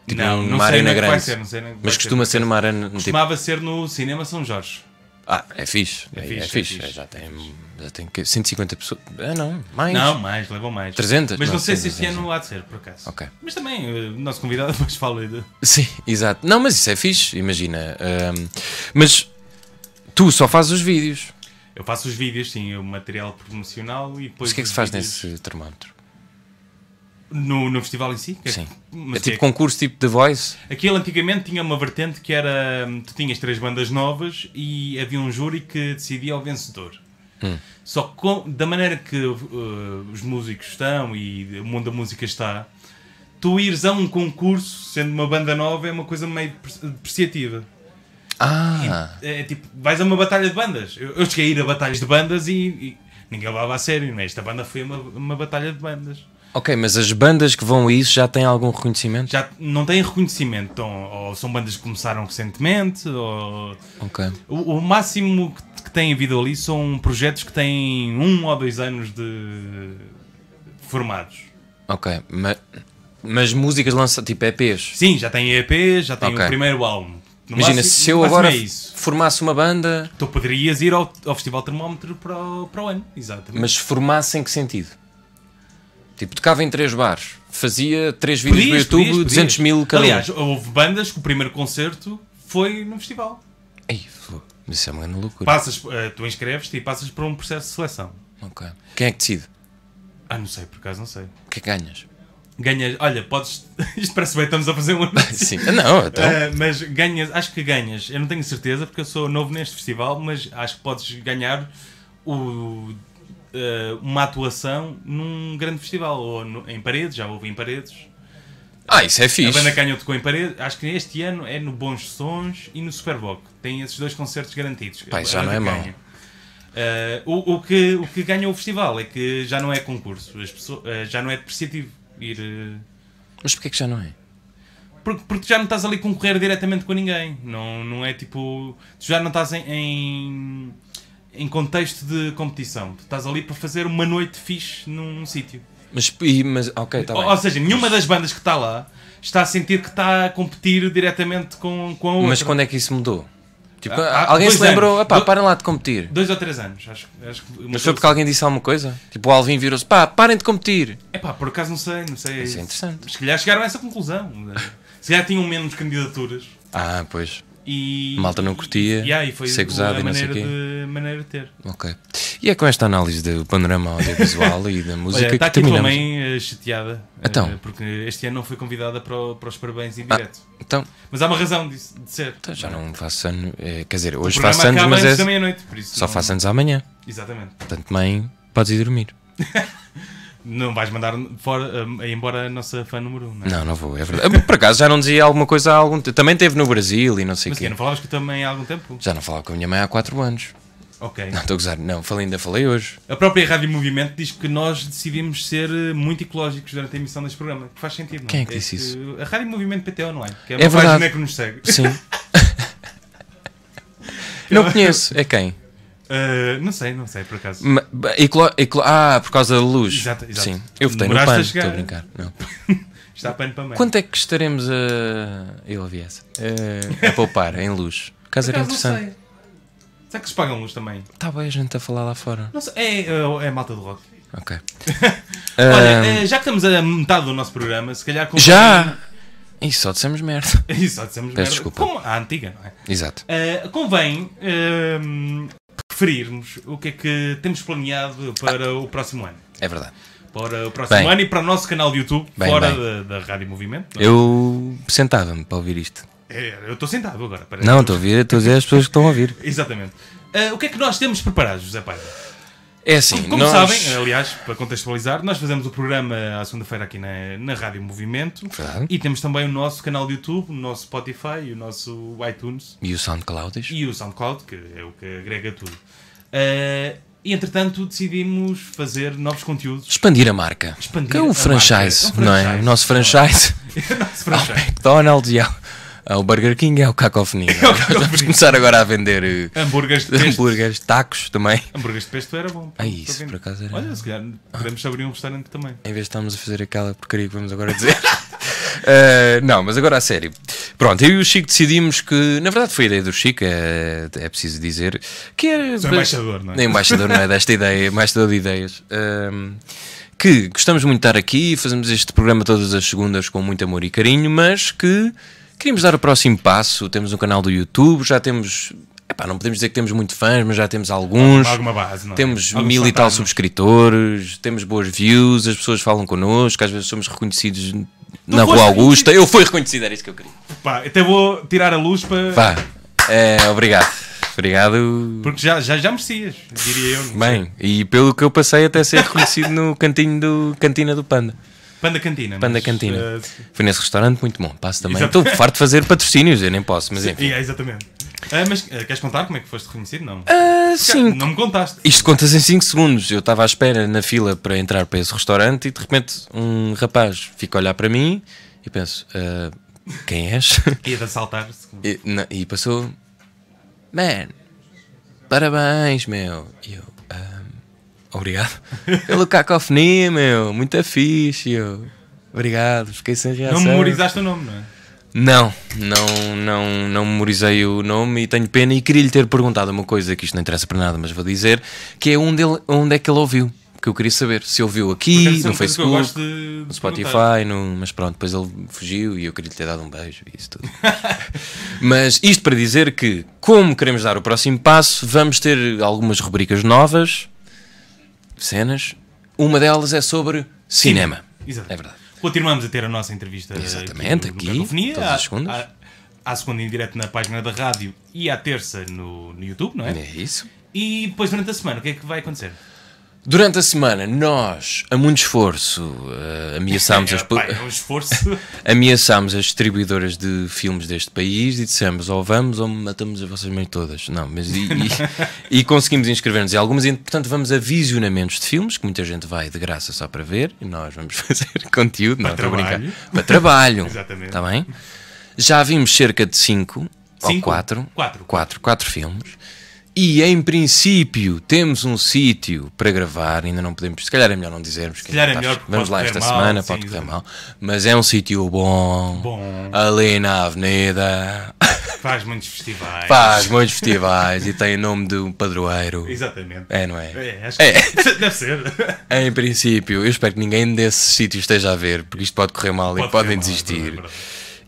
Speaker 2: Tipo,
Speaker 1: não, não
Speaker 2: numa
Speaker 1: sei onde
Speaker 2: arena
Speaker 1: é que vai
Speaker 2: grande.
Speaker 1: ser, não sei onde é que vai
Speaker 2: Mas
Speaker 1: ser.
Speaker 2: costuma ser numa arena. Tipo,
Speaker 1: Costumava ser no Cinema São Jorge.
Speaker 2: ah, é fixe. É, é
Speaker 1: fixe,
Speaker 2: fixe.
Speaker 1: é fixe.
Speaker 2: Já tem, já tem que- 150 pessoas. Ah, não, mais.
Speaker 1: Não, mais, levam mais.
Speaker 2: 300?
Speaker 1: Mas não,
Speaker 2: Não,
Speaker 1: sei se
Speaker 2: 300,
Speaker 1: este ano há de ser, por acaso.
Speaker 2: Ok.
Speaker 1: Mas também, eh, o nosso convidado [LAUGHS] depois fala de...
Speaker 2: [LAUGHS] Sim, exato. Não, mas isso é fixe, imagina. Ahm, mas tu só fazes os vídeos.
Speaker 1: Eu faço os vídeos, sim, o material promocional e depois.
Speaker 2: Mas o que é que
Speaker 1: os
Speaker 2: se faz
Speaker 1: vídeos
Speaker 2: nesse termómetro?
Speaker 1: No, no festival em si? Que é-
Speaker 2: Sim.
Speaker 1: mas
Speaker 2: é
Speaker 1: que
Speaker 2: tipo concurso, tipo The Voice?
Speaker 1: Aquilo antigamente tinha uma vertente que era. hum, Tu tinhas três bandas novas e havia um júri que decidia o vencedor.
Speaker 2: Hum.
Speaker 1: Só que com- da maneira que uh, os músicos estão e o mundo da música está, tu ires a um concurso sendo uma banda nova é uma coisa meio depre- depreciativa.
Speaker 2: Ah,
Speaker 1: É tipo, vais a uma batalha de bandas. Eu, eu cheguei a ir a batalhas de bandas e, e ninguém levava a sério, não é? Esta banda foi uma, uma batalha de bandas.
Speaker 2: ok, mas as bandas que vão a isso já têm algum reconhecimento?
Speaker 1: Já não têm reconhecimento, então, ou são bandas que começaram recentemente, ou.
Speaker 2: Ok.
Speaker 1: O, o máximo que, que tem havido ali são projetos que têm um ou dois anos de. formados.
Speaker 2: Ok, ma- mas músicas lança tipo EPs.
Speaker 1: Sim, já têm EP, já têm
Speaker 2: Ok.
Speaker 1: o primeiro álbum. No
Speaker 2: Imagina,
Speaker 1: máximo-
Speaker 2: se
Speaker 1: no
Speaker 2: eu
Speaker 1: máximo
Speaker 2: agora
Speaker 1: é isso.
Speaker 2: formasse uma banda,
Speaker 1: Tu poderias ir ao, ao Festival Termómetro para o, para o ano, exatamente.
Speaker 2: mas formasse em que sentido? Tipo, tocava em três bares, fazia três vídeos
Speaker 1: Podias,
Speaker 2: no YouTube,
Speaker 1: podias, podias.
Speaker 2: 200 mil cada um.
Speaker 1: Aliás, houve bandas que o primeiro concerto foi no festival.
Speaker 2: Ei, fô, mas isso é uma grande loucura.
Speaker 1: Passas, eh, tu inscreves-te e passas por um processo de seleção.
Speaker 2: Ok. Quem é que decide?
Speaker 1: Ah, não sei, por acaso não sei.
Speaker 2: O que é que ganhas? [LAUGHS]
Speaker 1: Ganhas, olha, podes. [LAUGHS] Isto parece bem, estamos a fazer um anúncio.
Speaker 2: Sim. Ah, Não, [LAUGHS] então.
Speaker 1: Eh, mas ganhas, acho que ganhas, eu não tenho certeza porque eu sou novo neste festival, mas acho que podes ganhar o- eh, uma atuação num grande festival, ou no- em paredes, já houve em paredes.
Speaker 2: Ah, isso é
Speaker 1: A banda
Speaker 2: fixe.
Speaker 1: Canhão tocou em parede. Acho que este ano é no Bons Sons e no Superboc. Tem esses dois concertos garantidos.
Speaker 2: Pá,
Speaker 1: A
Speaker 2: já não
Speaker 1: banda
Speaker 2: é mau.
Speaker 1: Canhão. Ah, o, o que, o que ganha o festival é que já não é concurso. As pessoas, ah, já não é depreciativo ir... ah,
Speaker 2: Mas porquê que já não é?
Speaker 1: porque, porque já não estás ali a concorrer diretamente com ninguém. Não, não é tipo... Tu já não estás em... em... em contexto de competição, tu estás ali para fazer uma noite fixe num sítio.
Speaker 2: Mas, e- mas ok, está
Speaker 1: ou, ou
Speaker 2: Tá bem.
Speaker 1: seja, nenhuma das bandas que está lá está a sentir que está a competir diretamente com, com a outra.
Speaker 2: Mas quando é que isso mudou? Tipo,
Speaker 1: Ah, Há- há
Speaker 2: alguém se
Speaker 1: dois
Speaker 2: lembrou,
Speaker 1: anos.
Speaker 2: "Epá,
Speaker 1: Do-
Speaker 2: parem lá de competir.
Speaker 1: Dois ou três anos, acho, acho que.
Speaker 2: Mas foi porque alguém disse alguma coisa? Tipo, o Alvin virou-se, pá, parem de competir.
Speaker 1: Epá, por acaso não sei, não sei.
Speaker 2: Isso é interessante.
Speaker 1: Se calhar chegaram a essa conclusão. Se calhar tinham menos candidaturas
Speaker 2: Ah, pois.
Speaker 1: e.
Speaker 2: A malta não curtia,
Speaker 1: E, e aí foi
Speaker 2: ser gozado
Speaker 1: a
Speaker 2: e não sei
Speaker 1: maneira,
Speaker 2: quê.
Speaker 1: de, maneira de ter.
Speaker 2: Ok. E é com esta análise do panorama audiovisual
Speaker 1: [LAUGHS]
Speaker 2: e da música
Speaker 1: Olha, está aqui
Speaker 2: que
Speaker 1: a tua
Speaker 2: terminamos.
Speaker 1: mãe eh, chateada. eh,
Speaker 2: Então.
Speaker 1: Porque este ano não foi convidada para, o- para os parabéns em direto.
Speaker 2: Então,
Speaker 1: Mas há uma razão disso, de ser.
Speaker 2: então, já não faço anos. é, quer dizer,
Speaker 1: O
Speaker 2: hoje
Speaker 1: programa
Speaker 2: faço anos,
Speaker 1: acaba
Speaker 2: mas
Speaker 1: antes da
Speaker 2: é,
Speaker 1: meia-noite, por isso.
Speaker 2: só
Speaker 1: não-
Speaker 2: faço anos amanhã.
Speaker 1: Exatamente.
Speaker 2: Portanto, mãe, podes ir dormir.
Speaker 1: Não vais mandar fora, eh, embora a nossa fã número 1, um, não é?
Speaker 2: Não, não vou,
Speaker 1: [LAUGHS]
Speaker 2: é verdade. Por acaso já não dizia alguma coisa há algum tempo. Também teve no Brasil e não sei o
Speaker 1: Mas que
Speaker 2: quê.
Speaker 1: não falavas que também há algum tempo?
Speaker 2: Já não falava com a minha mãe há 4 anos.
Speaker 1: Ok.
Speaker 2: Não, estou a gozar. Não, falei, ainda falei hoje.
Speaker 1: A própria Rádio Movimento diz que nós decidimos ser eh, muito ecológicos durante a emissão deste programa. Que faz sentido, não
Speaker 2: Quem é que disse isso?
Speaker 1: A Rádio Movimento PT Online, que é
Speaker 2: É
Speaker 1: uma
Speaker 2: verdade.
Speaker 1: página que nos segue. [LAUGHS]
Speaker 2: Sim. [LAUGHS] não conheço. É quem?
Speaker 1: Eh, não sei, não sei, por acaso.
Speaker 2: Ma- ba- eclo- eclo- ah, por causa da luz.
Speaker 1: Exato, exato.
Speaker 2: Sim. Eu votei no
Speaker 1: Demoraste a
Speaker 2: PAN,
Speaker 1: chegar.
Speaker 2: estou a brincar. Não.
Speaker 1: Está pano para meio.
Speaker 2: Quanto é que estaremos a. Eu ouvi essa. A, a poupar em luz? Caso
Speaker 1: Por
Speaker 2: era
Speaker 1: acaso,
Speaker 2: é interessante.
Speaker 1: Não sei. Será que se pagam luz também?
Speaker 2: Está bem a gente a falar lá fora.
Speaker 1: Não sei. É, é, é a malta do rock.
Speaker 2: [LAUGHS] Ok.
Speaker 1: Olha,
Speaker 2: Ahm,
Speaker 1: eh, já que estamos a metade do nosso programa, se calhar... com-
Speaker 2: eh, já! E só dissemos merda.
Speaker 1: [LAUGHS] Isso, só dissemos
Speaker 2: Peço
Speaker 1: merda.
Speaker 2: desculpa.
Speaker 1: Como a antiga, não é?
Speaker 2: [LAUGHS] Exato.
Speaker 1: Uh, convém uh, referirmos o que é que temos planeado para o próximo ano.
Speaker 2: É verdade.
Speaker 1: Para o próximo
Speaker 2: Bem.
Speaker 1: ano e para o nosso canal de YouTube,
Speaker 2: Bem,
Speaker 1: fora
Speaker 2: bem.
Speaker 1: Da, da Rádio Movimento.
Speaker 2: Eu sentava-me para ouvir isto.
Speaker 1: É, Eu estou sentado agora. parece.
Speaker 2: Não, estou a ouvir, estou a dizer às pessoas que estão a ouvir.
Speaker 1: Exatamente. Uh, o que é que nós temos preparado, José Paiva?
Speaker 2: É assim,
Speaker 1: Como
Speaker 2: nós...
Speaker 1: sabem, aliás, para contextualizar, nós fazemos o programa à segunda-feira aqui na, na Rádio Movimento
Speaker 2: Verdade.
Speaker 1: e temos também o nosso canal de YouTube, o nosso Spotify, o nosso iTunes.
Speaker 2: E o SoundCloud?
Speaker 1: e o SoundCloud, que é o que agrega tudo. Eh, e entretanto decidimos fazer novos conteúdos.
Speaker 2: Expandir a marca.
Speaker 1: Expandir
Speaker 2: que é
Speaker 1: a
Speaker 2: o franchise,
Speaker 1: marca. É um
Speaker 2: não é?
Speaker 1: franchise.
Speaker 2: O nosso franchise.
Speaker 1: [LAUGHS]
Speaker 2: [LAUGHS]
Speaker 1: Nosso
Speaker 2: ao
Speaker 1: franchise.
Speaker 2: McDonald's e é ao, ao Burger King e ao Cacofonia.
Speaker 1: É
Speaker 2: Vamos começar agora a vender eh,
Speaker 1: Hambúrgueres de pesto.
Speaker 2: hambúrgueres, tacos também.
Speaker 1: Hambúrgueres de pesto era bom.
Speaker 2: Ah, isso,
Speaker 1: Estou
Speaker 2: por
Speaker 1: vendo.
Speaker 2: acaso era- Ah.
Speaker 1: Olha, se calhar podemos abrir um restaurante também.
Speaker 2: Em vez de estarmos a fazer aquela porcaria que vamos agora dizer. [LAUGHS] Eh, não, mas agora a sério. Pronto, eu e o Chico decidimos que, na verdade, foi a ideia do Chico, é, é preciso dizer, que é.
Speaker 1: Sou embaixador, não é?
Speaker 2: Embaixador, não é? Desta ideia, embaixador de ideias. Ehm, que gostamos muito de estar aqui, fazemos este programa todas as segundas com muito amor e carinho, mas que queríamos dar o próximo passo. Temos um canal do YouTube, já temos. Epá, não podemos dizer que temos muito fãs, mas já temos alguns.
Speaker 1: Alguma base, não é?
Speaker 2: Temos
Speaker 1: Alguns
Speaker 2: mil e tal
Speaker 1: fantasmas.
Speaker 2: subscritores, temos boas views, as pessoas falam connosco, às vezes somos reconhecidos na
Speaker 1: foste
Speaker 2: Rua Augusta. Eu fui reconhecido, era isso que eu queria.
Speaker 1: Pá, até vou tirar a luz para.
Speaker 2: Pá, é, obrigado. Obrigado.
Speaker 1: Porque já, já, já merecias, diria eu. não sei.
Speaker 2: Bem, e pelo que eu passei até ser reconhecido no cantinho do Cantina do Panda.
Speaker 1: é? Panda Cantina.
Speaker 2: Panda
Speaker 1: mas,
Speaker 2: Cantina.
Speaker 1: eh,
Speaker 2: Foi nesse restaurante muito bom. Passo também.
Speaker 1: Exato.
Speaker 2: Estou farto de fazer patrocínios, eu nem posso, mas enfim.
Speaker 1: sim, é, exatamente. Ah, mas eh, queres contar como é que foste reconhecido? Não.
Speaker 2: Ah, sim.
Speaker 1: Não me contaste.
Speaker 2: Isto contas em 5 segundos. Eu estava à espera na fila para entrar para esse restaurante e de repente um rapaz fica a olhar para mim e penso: "Ah, Quem és?
Speaker 1: Ia de assaltar. se-
Speaker 2: E, na- e passou: Man, parabéns, meu. E eu: "Ah,
Speaker 1: [LAUGHS]
Speaker 2: Obrigado pelo cacofonia, meu. Muito é fixe. E eu: Obrigado, fiquei sem reação.
Speaker 1: Não memorizaste o nome, não é?
Speaker 2: Não, não, não, não memorizei o nome e tenho pena e queria-lhe ter perguntado uma coisa que isto não interessa para nada, mas vou dizer, que é onde, ele, onde é que ele ouviu, que eu queria saber, se ouviu
Speaker 1: Porque
Speaker 2: aqui,
Speaker 1: essa é
Speaker 2: no
Speaker 1: uma coisa que eu
Speaker 2: Facebook,
Speaker 1: gosto de- de
Speaker 2: no
Speaker 1: perguntar.
Speaker 2: Spotify, no, mas pronto, depois ele fugiu e eu queria-lhe ter dado um beijo e isso tudo. [LAUGHS] mas isto para dizer que, como queremos dar o próximo passo, vamos ter algumas rubricas novas, cenas, uma delas é sobre cinema.
Speaker 1: Exato.
Speaker 2: É verdade.
Speaker 1: Continuamos a ter a nossa entrevista eh,
Speaker 2: Exatamente,
Speaker 1: no
Speaker 2: aqui,
Speaker 1: Cacofonia,
Speaker 2: todas as
Speaker 1: à-
Speaker 2: segundas.
Speaker 1: À, à segunda em direto na página da rádio e à terça no, no YouTube, não é?
Speaker 2: É isso.
Speaker 1: E depois durante a semana, o que é que vai acontecer?
Speaker 2: Durante a semana, nós, a muito esforço, eh,
Speaker 1: [LAUGHS]
Speaker 2: ameaçámos,
Speaker 1: é,
Speaker 2: as, pu-
Speaker 1: pá, é um
Speaker 2: [LAUGHS]
Speaker 1: esforço.
Speaker 2: ameaçámos as distribuidoras de filmes deste país e dissemos ou vamos ou matamos a vossas mães todas. Não, mas e, e- [LAUGHS] e conseguimos inscrever-nos em algumas, e, portanto vamos a visionamentos de filmes, que muita gente vai de graça só para ver, e nós vamos [LAUGHS] fazer conteúdo, não, estou a brincar.
Speaker 1: trabalho.
Speaker 2: Para trabalho.
Speaker 1: [LAUGHS] Exatamente.
Speaker 2: Está bem? Já vimos cerca de 5 ou
Speaker 1: Cinco?
Speaker 2: 4.
Speaker 1: Quatro.
Speaker 2: 4, 4 filmes. E em princípio temos um sítio para gravar, ainda não podemos, se calhar é melhor não dizermos que
Speaker 1: Se calhar é
Speaker 2: ainda está-
Speaker 1: melhor, porque
Speaker 2: vamos
Speaker 1: pode
Speaker 2: lá
Speaker 1: correr
Speaker 2: esta
Speaker 1: mal,
Speaker 2: semana,
Speaker 1: sim,
Speaker 2: pode correr
Speaker 1: exato.
Speaker 2: mal, mas é um sítio bom,
Speaker 1: Bom.
Speaker 2: ali na avenida,
Speaker 1: [LAUGHS] Faz muitos festivais.
Speaker 2: faz muitos festivais e tem o nome de um padroeiro.
Speaker 1: Exatamente.
Speaker 2: É, não é?
Speaker 1: É, acho que [LAUGHS] deve ser. É.
Speaker 2: Em princípio, eu espero que ninguém desse sítio esteja a ver, porque isto pode correr mal e
Speaker 1: Pode
Speaker 2: podem
Speaker 1: ser, é
Speaker 2: desistir.
Speaker 1: verdade, é verdade.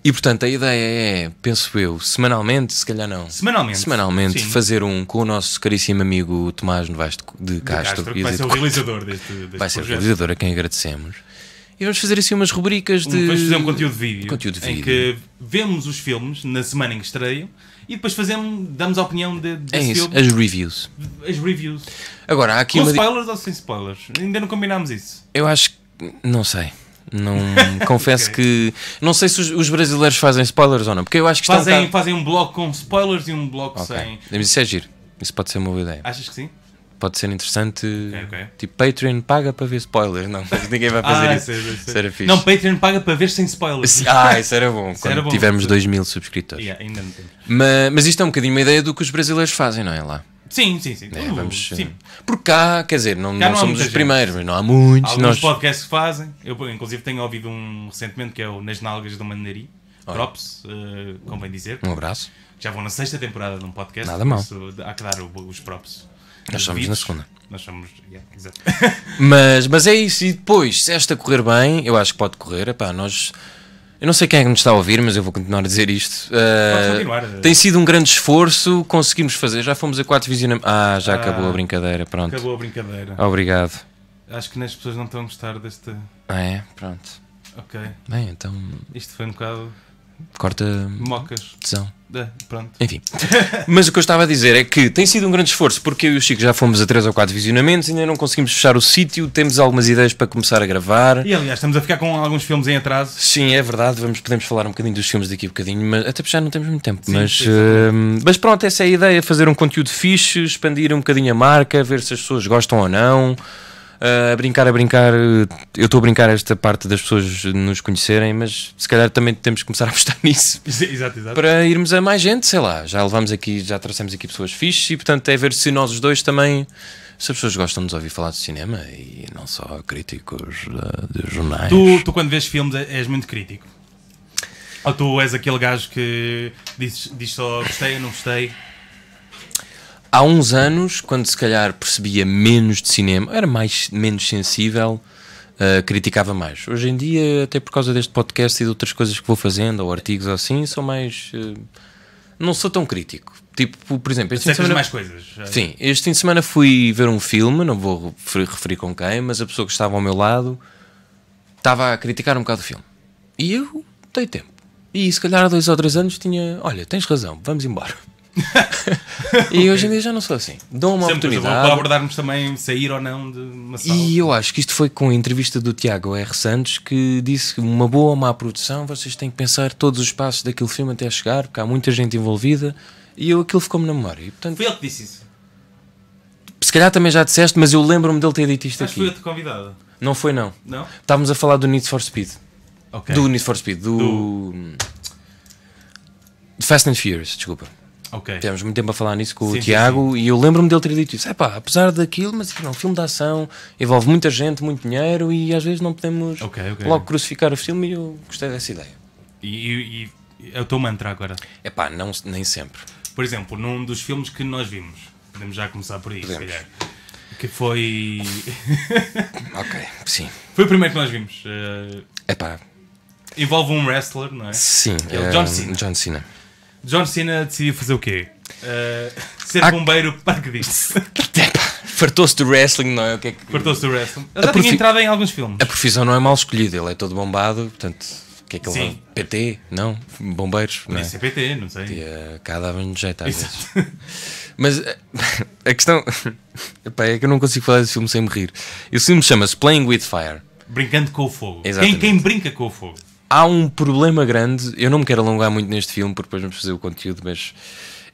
Speaker 2: E portanto, a ideia é, penso eu, semanalmente, se calhar não.
Speaker 1: Semanalmente.
Speaker 2: Semanalmente,
Speaker 1: Sim.
Speaker 2: fazer um com o nosso caríssimo amigo Tomás Novaes de, de
Speaker 1: De Castro,
Speaker 2: Castro.
Speaker 1: que
Speaker 2: ia
Speaker 1: vai
Speaker 2: dizer
Speaker 1: ser o
Speaker 2: de-
Speaker 1: realizador deste, deste
Speaker 2: vai ser o
Speaker 1: projeto.
Speaker 2: realizador, a quem agradecemos. E vamos fazer assim umas rubricas de.
Speaker 1: Vamos fazer um conteúdo de vídeo,
Speaker 2: Conteúdo de
Speaker 1: em
Speaker 2: vídeo.
Speaker 1: que vemos os filmes na semana em que estreiam e depois fazemos, damos a opinião de,
Speaker 2: É
Speaker 1: desse
Speaker 2: isso,
Speaker 1: filme,
Speaker 2: as reviews.
Speaker 1: as... reviews.
Speaker 2: Agora, há aqui
Speaker 1: Com
Speaker 2: uma. di-
Speaker 1: spoilers ou sem spoilers? Ainda não combinámos isso.
Speaker 2: Eu acho que. Não sei.
Speaker 1: [LAUGHS]
Speaker 2: Não, confesso
Speaker 1: Ok.
Speaker 2: que. Não sei se os, os brasileiros fazem spoilers ou não, porque eu acho que estão.
Speaker 1: Fazem,
Speaker 2: cá-
Speaker 1: fazem um bloco com spoilers e um bloco
Speaker 2: Ok.
Speaker 1: sem.
Speaker 2: Mas Isso é giro. Isso pode ser uma boa ideia.
Speaker 1: Achas que sim?
Speaker 2: Pode ser interessante.
Speaker 1: Ah. ok.
Speaker 2: Tipo, Patreon paga para ver spoilers. Não, mas ninguém vai fazer
Speaker 1: Ah,
Speaker 2: isso.
Speaker 1: sei, sei, sei.
Speaker 2: Isso era fixe.
Speaker 1: Não, Patreon paga para ver sem spoilers.
Speaker 2: Ah, isso era bom. quando
Speaker 1: era bom.
Speaker 2: tivermos 2 mil subscritores.
Speaker 1: Yeah, ainda não temos.
Speaker 2: Ma- Mas, isto é um bocadinho uma ideia do que os brasileiros fazem, não é? Lá.
Speaker 1: Sim, sim, sim.
Speaker 2: É,
Speaker 1: Uh,
Speaker 2: vamos,
Speaker 1: sim.
Speaker 2: eh, Porque cá, quer dizer,
Speaker 1: Cá
Speaker 2: não, não
Speaker 1: não há
Speaker 2: somos
Speaker 1: muita
Speaker 2: os
Speaker 1: gente.
Speaker 2: primeiros, mas não há muitos.
Speaker 1: Alguns
Speaker 2: nós...
Speaker 1: podcasts que fazem. Eu, inclusive, tenho ouvido um recentemente que é o Nas Nalgas do Mandarim. Props, eh, convém dizer.
Speaker 2: Um abraço.
Speaker 1: Já vão na sexta temporada de um podcast.
Speaker 2: Nada mal.
Speaker 1: por isso Há que dar o- os props.
Speaker 2: Nós
Speaker 1: Os
Speaker 2: somos
Speaker 1: devidos.
Speaker 2: na segunda.
Speaker 1: Nós somos. yeah,
Speaker 2: [LAUGHS]
Speaker 1: exato.
Speaker 2: Mas, mas é isso. E depois, se esta correr bem, eu acho que pode correr. Epá, nós. Eu não sei quem é que nos está a ouvir, mas eu vou continuar a dizer isto. Eh,
Speaker 1: continuar.
Speaker 2: Tem sido um grande esforço, conseguimos fazer. Já fomos a quatro visionamentos. Ah, já acabou a brincadeira, pronto.
Speaker 1: Acabou a brincadeira.
Speaker 2: Obrigado.
Speaker 1: Acho que as pessoas não estão a gostar deste.
Speaker 2: Ah, é? Pronto.
Speaker 1: Ok.
Speaker 2: Bem, então
Speaker 1: Isto foi um bocado.
Speaker 2: corta
Speaker 1: Mocas.
Speaker 2: tesão.
Speaker 1: Da- Pronto.
Speaker 2: Enfim. [LAUGHS] Mas o que eu estava a dizer é que tem sido um grande esforço, porque eu e o Chico já fomos a três ou quatro visionamentos, ainda não conseguimos fechar o sítio, temos algumas ideias para começar a gravar.
Speaker 1: E aliás, estamos a ficar com alguns filmes em atraso.
Speaker 2: Sim, é verdade, vamos, podemos falar um bocadinho dos filmes daqui a bocadinho, mas até porque já não temos muito tempo. mas,
Speaker 1: sim,
Speaker 2: hum, mas pronto, essa é a ideia: fazer um conteúdo fixe, expandir um bocadinho a marca, ver se as pessoas gostam ou não. Ah, a brincar, a brincar, eh, eu estou a brincar esta parte das pessoas nos conhecerem, mas se calhar também temos que começar a apostar [LAUGHS] nisso
Speaker 1: Exato, exato.
Speaker 2: para irmos a mais gente, sei lá. Já levamos aqui, já trouxemos aqui pessoas fixes e portanto é ver se nós os dois também. Se as pessoas gostam de nos ouvir falar de cinema e não só críticos eh, de jornais.
Speaker 1: Tu, tu, quando vês filmes, és é, muito crítico. Ou tu és aquele gajo que diz, diz só gostei ou não gostei?
Speaker 2: Há uns anos, quando se calhar percebia menos de cinema, era mais, menos sensível, ah, criticava mais. Hoje em dia, até por causa deste podcast e de outras coisas que vou fazendo, ou artigos ou assim, sou mais. ah, não sou tão crítico. Tipo, por exemplo, este fim de
Speaker 1: Aceitas
Speaker 2: semana-
Speaker 1: mais coisas.
Speaker 2: Sim, este fim de semana fui ver um filme, não vou refer- referir com quem, mas a pessoa que estava ao meu lado estava a criticar um bocado o filme. E eu dei tempo. E se calhar há dois ou três anos tinha, olha, tens razão, vamos embora. e hoje em dia já não sou assim. Dou uma
Speaker 1: Sempre coisa boa para
Speaker 2: oportunidade.
Speaker 1: abordarmos também sair ou não de uma sala.
Speaker 2: E eu acho que isto foi com a entrevista do Tiago R. Santos que disse que uma boa ou má produção vocês têm que pensar todos os passos daquele filme até chegar, porque há muita gente envolvida. E eu aquilo ficou-me na memória. E, portanto,
Speaker 1: Foi ele que disse isso.
Speaker 2: se calhar também já disseste, mas eu lembro-me dele ter dito isto
Speaker 1: Acho que foi
Speaker 2: aqui.
Speaker 1: outro convidado.
Speaker 2: Não foi, não.
Speaker 1: Não?
Speaker 2: Estávamos a falar do Need for Speed.
Speaker 1: Ok.
Speaker 2: Do Need for Speed, do. de Fast and Furious, desculpa.
Speaker 1: Ok.
Speaker 2: Tivemos muito tempo a falar nisso com
Speaker 1: Sim,
Speaker 2: o
Speaker 1: sim,
Speaker 2: Tiago e eu lembro-me dele ter dito isso. Epá, apesar daquilo, mas aquilo é um filme de ação, envolve muita gente, muito dinheiro e às vezes não podemos
Speaker 1: Ok, ok.
Speaker 2: logo crucificar o filme e eu gostei dessa ideia.
Speaker 1: E, e, e é o teu mantra agora.
Speaker 2: Epá, não, nem sempre.
Speaker 1: Por exemplo, num dos filmes que nós vimos, podemos já começar por aí, se
Speaker 2: Podemos.
Speaker 1: calhar. Que foi.
Speaker 2: Ok, sim.
Speaker 1: Foi o primeiro que nós vimos. eh,
Speaker 2: Epá,
Speaker 1: envolve um wrestler, não é?
Speaker 2: sim.
Speaker 1: É o
Speaker 2: eh,
Speaker 1: John Cena.
Speaker 2: John Cena.
Speaker 1: John Cena decidiu fazer o quê? Eh, ser
Speaker 2: Ah,
Speaker 1: bombeiro paraquedista.
Speaker 2: Epá, fartou-se do wrestling, não é? O que é que...
Speaker 1: Cortou-se do wrestling. Ele já
Speaker 2: profi-
Speaker 1: tinha entrado em alguns filmes.
Speaker 2: A profissão não é mal escolhida, ele é todo bombado, portanto, o que é que ele
Speaker 1: Sim.
Speaker 2: vai? PT? Não? Bombeiros? Não
Speaker 1: Podia
Speaker 2: é?
Speaker 1: ser PT, não sei.
Speaker 2: E, uh, Cá dava-nos jeito às vezes.
Speaker 1: Exato.
Speaker 2: Mas eh, [LAUGHS] a questão epá, é que eu não consigo falar desse filme sem me rir. Esse filme chama-se Playing with Fire.
Speaker 1: Brincando com o fogo.
Speaker 2: Exatamente.
Speaker 1: Quem, quem brinca com o fogo?
Speaker 2: Há um problema grande, eu não me quero alongar muito neste filme porque depois vamos fazer o conteúdo, mas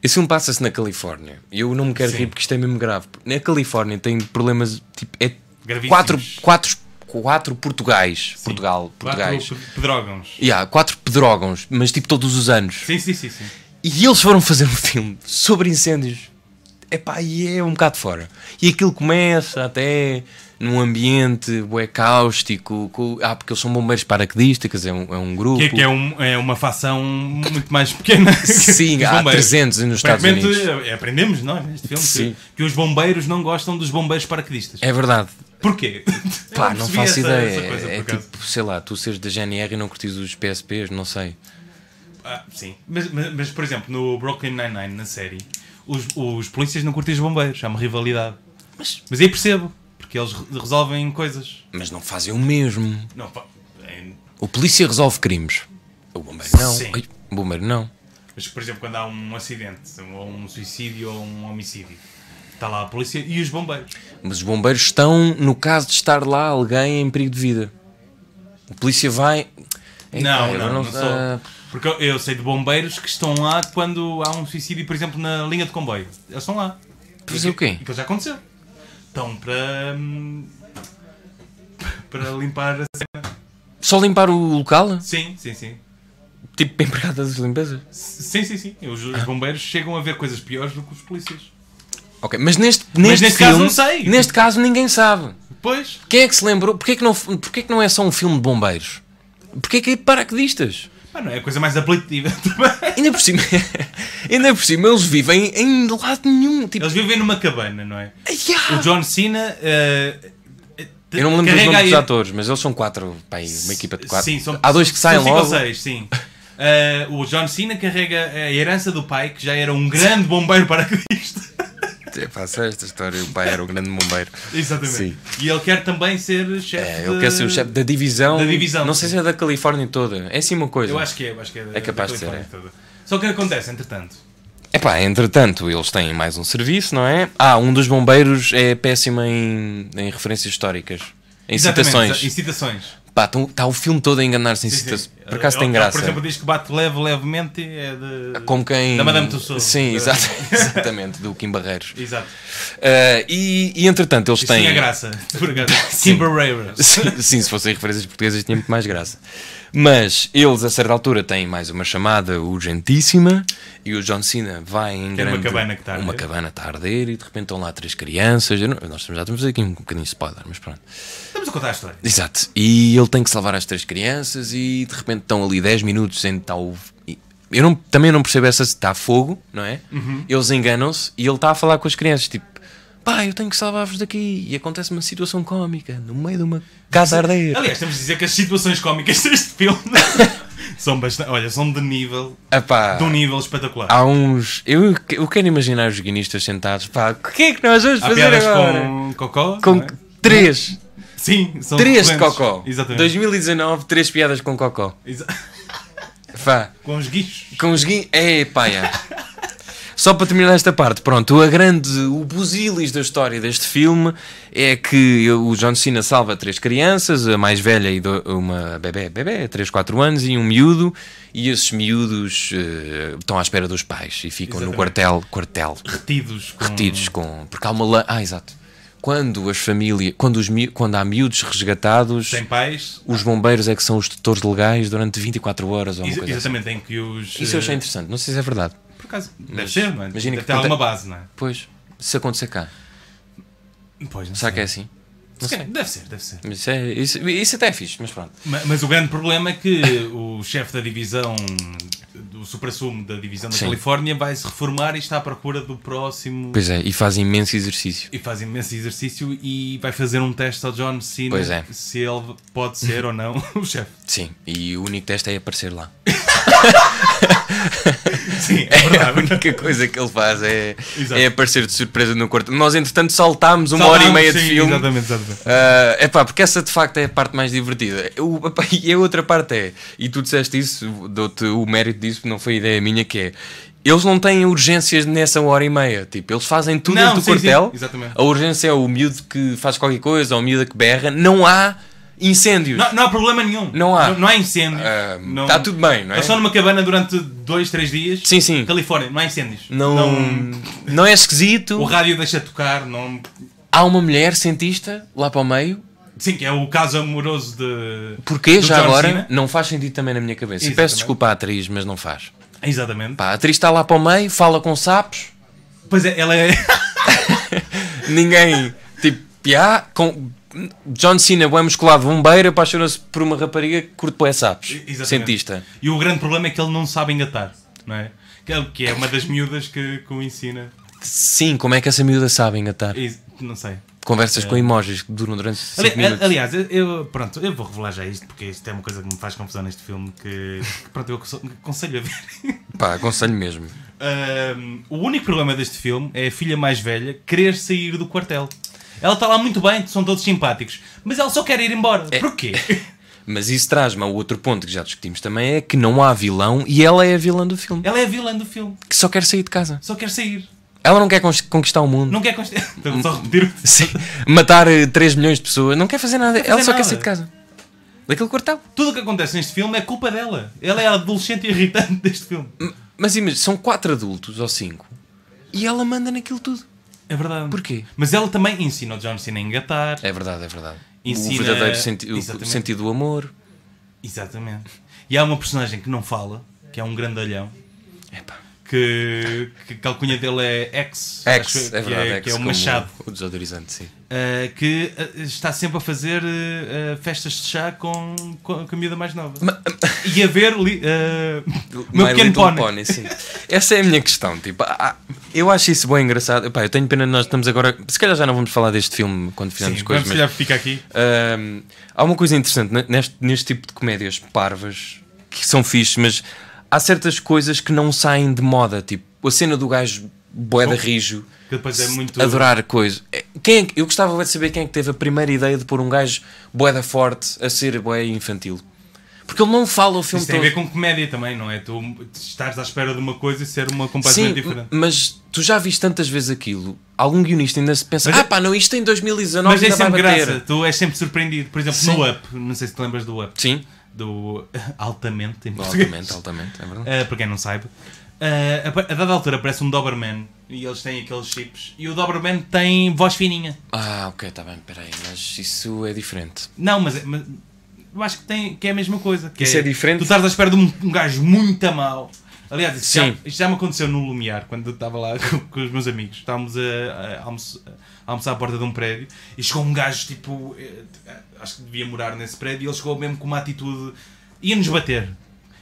Speaker 2: esse filme passa-se na Califórnia. Eu não me quero
Speaker 1: Sim.
Speaker 2: rir porque isto é mesmo grave. Na Califórnia tem problemas, tipo, é
Speaker 1: Gravíssimos.
Speaker 2: quatro, quatro, quatro Portugais. Portugal, Portugais.
Speaker 1: Quatro pe- pedrógãos.
Speaker 2: E há quatro pedrógãos, mas tipo todos os anos.
Speaker 1: Sim, sim, sim, sim.
Speaker 2: E eles foram fazer um filme sobre incêndios. Epá, e é um bocado fora. E aquilo começa até num ambiente bué cáustico. com- Ah, porque eles são bombeiros paraquedistas, quer dizer, é um, é um grupo.
Speaker 1: Que é que é, um- é uma facção muito mais pequena.
Speaker 2: [LAUGHS]
Speaker 1: que é
Speaker 2: Sim,
Speaker 1: os
Speaker 2: há
Speaker 1: bombeiros.
Speaker 2: 300 nos Estados
Speaker 1: Aparentemente,
Speaker 2: Unidos.
Speaker 1: eh, aprendemos nós neste filme
Speaker 2: Sim.
Speaker 1: que, que os bombeiros não gostam dos bombeiros paraquedistas.
Speaker 2: É verdade.
Speaker 1: Porquê?
Speaker 2: Pá,
Speaker 1: eh, Eu
Speaker 2: não
Speaker 1: percebi
Speaker 2: faço
Speaker 1: essa-
Speaker 2: ideia.
Speaker 1: essa coisa,
Speaker 2: é
Speaker 1: por acaso.
Speaker 2: tipo, sei lá, tu seres da GNR e não curtis os PSPs, não sei.
Speaker 1: Ah, sim. Mas, mas, mas, por exemplo, no Brooklyn Nine-Nine, na série, os, os polícias não curtem os bombeiros. Há uma rivalidade.
Speaker 2: Mas,
Speaker 1: Mas aí percebo. Porque eles re- resolvem coisas.
Speaker 2: mas não fazem o mesmo.
Speaker 1: Não, pá, é-
Speaker 2: O polícia resolve crimes. O bombeiro não.
Speaker 1: Sim.
Speaker 2: Ai, o bombeiro não.
Speaker 1: Mas, por exemplo, quando há um acidente, ou um suicídio, ou um homicídio, está lá a polícia e os bombeiros.
Speaker 2: Mas os bombeiros estão no caso de estar lá alguém em perigo de vida. A polícia vai. Epá,
Speaker 1: não,
Speaker 2: eu
Speaker 1: não, não, sou.
Speaker 2: ah,
Speaker 1: Porque eu- eu sei de bombeiros que estão lá quando há um suicídio, por exemplo, na linha de comboio. Eles estão lá.
Speaker 2: Para fazer o quê?
Speaker 1: Aquilo já aconteceu. Estão para. hum, [LAUGHS] para limpar a cena.
Speaker 2: Só limpar o local?
Speaker 1: Sim, sim, sim.
Speaker 2: Tipo [LAUGHS] empregada de limpeza?
Speaker 1: Sim, sim, sim. Os,
Speaker 2: Ah.
Speaker 1: os bombeiros chegam a ver coisas piores do que os polícias.
Speaker 2: Ok, mas neste, neste,
Speaker 1: Mas neste caso
Speaker 2: filme-
Speaker 1: não sei.
Speaker 2: Neste caso ninguém sabe.
Speaker 1: Depois,
Speaker 2: Quem é que se lembrou? Porquê é que não, porquê é que não é só um filme de bombeiros? Porquê é que é de paraquedistas?
Speaker 1: pá, não é a coisa mais apelativa [LAUGHS] também.
Speaker 2: Ainda por cima, [LAUGHS] ainda por cima eles vivem em lado nenhum. Tipo,
Speaker 1: Eles vivem numa cabana, não é?
Speaker 2: ai, ah!
Speaker 1: O John Cena. eh, eh, te-
Speaker 2: Eu não me lembro dos
Speaker 1: carrega
Speaker 2: nomes dos
Speaker 1: aí-
Speaker 2: atores, mas eles são quatro, pá, aí, uma equipa de quatro.
Speaker 1: Sim, são,
Speaker 2: Há dois que
Speaker 1: são
Speaker 2: saem
Speaker 1: cinco
Speaker 2: logo.
Speaker 1: ou seis, sim. Eh, o John Cena carrega a herança do pai, que já era um grande bombeiro paraquedista.
Speaker 2: É pá, sei esta história, o pai era um grande bombeiro.
Speaker 1: [LAUGHS] Exatamente.
Speaker 2: Sim.
Speaker 1: E ele quer também ser chefe.
Speaker 2: É, ele
Speaker 1: de-
Speaker 2: quer ser o chefe da divisão.
Speaker 1: Da divisão,
Speaker 2: Não sei
Speaker 1: sim.
Speaker 2: se é da Califórnia toda. É assim uma coisa.
Speaker 1: Eu acho que é, eu acho que é. da-
Speaker 2: É capaz
Speaker 1: da
Speaker 2: de ser,
Speaker 1: Califórnia toda. Só que acontece, entretanto.
Speaker 2: Epá, É entretanto, eles têm mais um serviço, não é? Ah, um dos bombeiros é péssimo em, em referências históricas. Em
Speaker 1: Exatamente,
Speaker 2: citações.
Speaker 1: Incitações.
Speaker 2: Pá, está o filme todo a enganar-se em
Speaker 1: Sim, sim.
Speaker 2: citações. Por acaso
Speaker 1: Ele-
Speaker 2: tem
Speaker 1: ele,
Speaker 2: graça.
Speaker 1: Por exemplo, diz é, que bate leve, levemente. É de.
Speaker 2: Como quem.
Speaker 1: Da Madame Tussauds.
Speaker 2: Sim,
Speaker 1: Da-
Speaker 2: exato, [LAUGHS] exatamente, do Kim Barreiros.
Speaker 1: Exato.
Speaker 2: Ah, e, e entretanto, eles
Speaker 1: Isso é
Speaker 2: têm.
Speaker 1: tinha graça. [LAUGHS] Por acaso. Timber Ravers.
Speaker 2: Sim, sim, se fossem referências portuguesas tinha muito mais graça. Mas eles, a certa altura, têm mais uma chamada urgentíssima e o John Cena vai em
Speaker 1: Tem uma
Speaker 2: grande...
Speaker 1: cabana que está a
Speaker 2: uma
Speaker 1: arder.
Speaker 2: cabana está a arder e de repente estão lá três crianças. Eu não- nós estamos- já estamos aqui um bocadinho de spoiler, mas pronto.
Speaker 1: Estamos a contar a história.
Speaker 2: Exato. E ele tem que salvar as três crianças e de repente estão ali 10 minutos em tal. e- Eu não, também não percebo essa. Está a fogo, não é?
Speaker 1: Uhum.
Speaker 2: Eles enganam-se e ele está a falar com as crianças, tipo. Pá, eu tenho que salvar-vos daqui. E acontece uma situação cómica no meio de uma casa a arder.
Speaker 1: Aliás, temos de dizer que as situações cómicas deste filme [LAUGHS] são bastante. Olha, são de nível.
Speaker 2: Epá,
Speaker 1: De um nível espetacular.
Speaker 2: há uns. Eu, eu quero imaginar os guinistas sentados. Pá, o que é que nós vamos
Speaker 1: Há
Speaker 2: fazer
Speaker 1: piadas
Speaker 2: agora?
Speaker 1: com cocó.
Speaker 2: Com,
Speaker 1: não é?
Speaker 2: três.
Speaker 1: Sim, são
Speaker 2: Três de
Speaker 1: recorrentes.
Speaker 2: Cocó.
Speaker 1: Exatamente.
Speaker 2: 2019, três piadas com Cocó.
Speaker 1: Exa-
Speaker 2: Fá.
Speaker 1: Com os guichos.
Speaker 2: Com os guin... É, pá, é. Só para terminar esta parte, pronto, a grande, o busilis da história deste filme é que o John Cena salva três crianças, a mais velha e do- uma bebê, bebê, 3, 4 anos, e um miúdo, e esses miúdos eh, estão à espera dos pais e ficam
Speaker 1: Exatamente.
Speaker 2: no quartel, quartel,
Speaker 1: Retidos. Com...
Speaker 2: retidos com... Porque há uma... la- Ah, exato. Quando as famílias, quando, os mi- quando há miúdos resgatados,
Speaker 1: Sem pais.
Speaker 2: os bombeiros é que são os tutores legais durante 24 horas ou uma
Speaker 1: Ex-
Speaker 2: coisa assim.
Speaker 1: exatamente, em que os.
Speaker 2: Isso eu achei
Speaker 1: eh,
Speaker 2: interessante, não sei se é verdade.
Speaker 1: Por acaso, deve
Speaker 2: Mas
Speaker 1: ser, mano. Deve
Speaker 2: imagina que
Speaker 1: ter
Speaker 2: conta-
Speaker 1: alguma base, não é?
Speaker 2: Pois, se acontecer cá,
Speaker 1: Pois, não
Speaker 2: será que é
Speaker 1: sei.
Speaker 2: assim?
Speaker 1: Se calhar, Deve ser, deve ser.
Speaker 2: Mas Isso, é, isso, isso até é fixe, mas pronto.
Speaker 1: Ma- Mas, o grande problema é que o chefe da divisão, do supra-sumo da divisão da
Speaker 2: Sim.
Speaker 1: Califórnia, vai se reformar e está à procura do próximo.
Speaker 2: Pois é, e faz imenso exercício.
Speaker 1: E faz imenso exercício e vai fazer um teste ao John Cena
Speaker 2: Pois é.
Speaker 1: se ele pode ser ou não o chefe.
Speaker 2: Sim, e o único teste é aparecer [LAUGHS] lá.
Speaker 1: Sim,
Speaker 2: [LAUGHS]
Speaker 1: é
Speaker 2: A
Speaker 1: verdade.
Speaker 2: única coisa que ele faz é,
Speaker 1: Exato.
Speaker 2: é aparecer de surpresa no quarto. Nós, entretanto, saltámos uma hora e meia de
Speaker 1: Sim,
Speaker 2: filme.
Speaker 1: Exatamente, exatamente.
Speaker 2: é epá, porque essa de facto é a parte mais divertida. Eu- epá, [LAUGHS] e a outra parte é, e tu disseste isso, dou-te o mérito disso, porque não foi ideia minha, que é eles não têm urgências nessa hora e meia. Tipo, eles fazem tudo
Speaker 1: Não,
Speaker 2: dentro do
Speaker 1: sim, sim,
Speaker 2: quartel.
Speaker 1: exatamente.
Speaker 2: A urgência é o miúdo que faz qualquer coisa, ou o miúdo que berra. Não há incêndios.
Speaker 1: Não, não há problema nenhum.
Speaker 2: Não há.
Speaker 1: Não, não há incêndios.
Speaker 2: Ah,
Speaker 1: Não-
Speaker 2: tá tudo bem, não é?
Speaker 1: Eles estão numa cabana durante dois, três dias.
Speaker 2: Sim, sim.
Speaker 1: Califórnia, não há incêndios.
Speaker 2: Não, não... é esquisito.
Speaker 1: O rádio deixa tocar. Não...
Speaker 2: Há uma mulher cientista lá para o meio.
Speaker 1: Sim, que é o caso amoroso de.
Speaker 2: Porquê,
Speaker 1: do
Speaker 2: já
Speaker 1: John
Speaker 2: agora,
Speaker 1: Cena.
Speaker 2: não faz sentido também na minha cabeça. E
Speaker 1: Exatamente.
Speaker 2: peço desculpa à atriz, mas não faz.
Speaker 1: Exatamente.
Speaker 2: Pá, a atriz está lá para o meio, fala com sapos.
Speaker 1: Pois é, ela é. [LAUGHS]
Speaker 2: ninguém, tipo, piá, com John Cena, bem musculado, bombeiro, apaixona-se por uma rapariga que curte bué sapos,
Speaker 1: Exatamente.
Speaker 2: cientista.
Speaker 1: E o grande problema é que ele não sabe engatar, não é? Que é- Que é uma das miúdas que, que o ensina.
Speaker 2: Sim, como é que essa miúda sabe engatar?
Speaker 1: E- Não sei.
Speaker 2: Conversas com emojis que duram durante 5
Speaker 1: Ali-
Speaker 2: minutos.
Speaker 1: É. aliás, eu- eu, pronto, eu vou revelar já isto porque isto é uma coisa que me faz confusão neste filme que, que, pronto, eu aconse- aconselho a ver. [LAUGHS]
Speaker 2: Pá, aconselho mesmo.
Speaker 1: Ahm, o único problema deste filme é a filha mais velha querer sair do quartel. Ela está lá muito bem, são todos simpáticos, mas ela só quer ir embora.
Speaker 2: É. [LAUGHS]
Speaker 1: Porquê?
Speaker 2: Mas isso traz-me ao outro ponto que já discutimos também: é que não há vilão e ela é a vilã do filme,
Speaker 1: Ela é a vilã do filme,
Speaker 2: que só quer sair de casa.
Speaker 1: só quer sair.
Speaker 2: Ela não quer cons- conquistar o mundo,
Speaker 1: Não quer const... [LAUGHS] Estou
Speaker 2: Hum.
Speaker 1: só a repetir o-
Speaker 2: [LAUGHS] Sim, matar 3 milhões de pessoas, não quer fazer nada, ela só
Speaker 1: nada.
Speaker 2: quer sair de casa. Daquele quartel.
Speaker 1: Tudo o que acontece neste filme é culpa dela. Ela é a adolescente irritante [LAUGHS] deste filme.
Speaker 2: Mas imagina, são quatro adultos ou cinco e ela manda naquilo tudo.
Speaker 1: É verdade.
Speaker 2: Porquê?
Speaker 1: Mas ela também ensina o John Cena a engatar.
Speaker 2: É verdade, é verdade.
Speaker 1: Ensina-
Speaker 2: O verdadeiro senti- o
Speaker 1: Exatamente.
Speaker 2: sentido do amor.
Speaker 1: Exatamente. E há uma personagem que não fala, que é um grandalhão,
Speaker 2: Epá.
Speaker 1: que, que, que a alcunha dele é X. acho
Speaker 2: Ex,
Speaker 1: que
Speaker 2: é verdade,
Speaker 1: que é,
Speaker 2: ex,
Speaker 1: que é o
Speaker 2: como
Speaker 1: Machado,
Speaker 2: O desodorizante, sim.
Speaker 1: eh, que eh, está sempre a fazer eh, eh, festas de chá com, com, com a miúda mais nova. E a ver li, eh,
Speaker 2: [LAUGHS]
Speaker 1: meu
Speaker 2: My
Speaker 1: pequeno
Speaker 2: Little
Speaker 1: pony.
Speaker 2: sim. Essa é a minha questão. Tipo, ah, eu acho isso bem engraçado. Epá, eu tenho pena de nós estamos agora. Se calhar já não vamos falar deste filme quando fizermos
Speaker 1: Sim,
Speaker 2: coisas.
Speaker 1: vamos
Speaker 2: mas-
Speaker 1: já fica aqui.
Speaker 2: Ahm, há uma coisa interessante ne- neste, neste tipo de comédias parvas que são fixes, mas há certas coisas que não saem de moda. Tipo, a cena do gajo boeda rijo
Speaker 1: Oh, Que depois é muito.
Speaker 2: adorar coisa. É, Quem é que- eu gostava de saber quem é que teve a primeira ideia de pôr um gajo boeda forte a ser boé infantil. Porque ele não fala o filme
Speaker 1: Isso tem a ver
Speaker 2: todo.
Speaker 1: com comédia também, não é? Tu estás à espera de uma coisa e ser uma completamente um
Speaker 2: Sim,
Speaker 1: diferente.
Speaker 2: mas tu já viste tantas vezes aquilo. Algum guionista ainda se pensa,
Speaker 1: Mas é-
Speaker 2: ah pá, não, isto em 2019
Speaker 1: Mas é
Speaker 2: ainda vai
Speaker 1: sempre
Speaker 2: bater.
Speaker 1: graça, tu és sempre surpreendido. Por exemplo, no Up, não sei se te lembras do Up.
Speaker 2: Sim,
Speaker 1: Do [LAUGHS] altamente em português.
Speaker 2: altamente, altamente, é verdade.
Speaker 1: Ah, para quem não sabe. Ah, a, a dada altura aparece um Doberman e eles têm aqueles chips. E o Doberman tem voz fininha.
Speaker 2: Ah, ok, tá bem, peraí, mas isso é diferente.
Speaker 1: Não, mas, é- mas eu acho que, tem, que é a mesma coisa. que
Speaker 2: Isso é diferente?
Speaker 1: Tu estás à espera de um, um gajo muito a mau Aliás, isto já,
Speaker 2: Sim.
Speaker 1: isto já me aconteceu no Lumiar, quando eu estava lá [LAUGHS] com, com os meus amigos. Estávamos a, a almoço- a almoçar à porta de um prédio e chegou um gajo, tipo, eh, acho que devia morar nesse prédio, e ele chegou mesmo com uma atitude. ia-nos bater.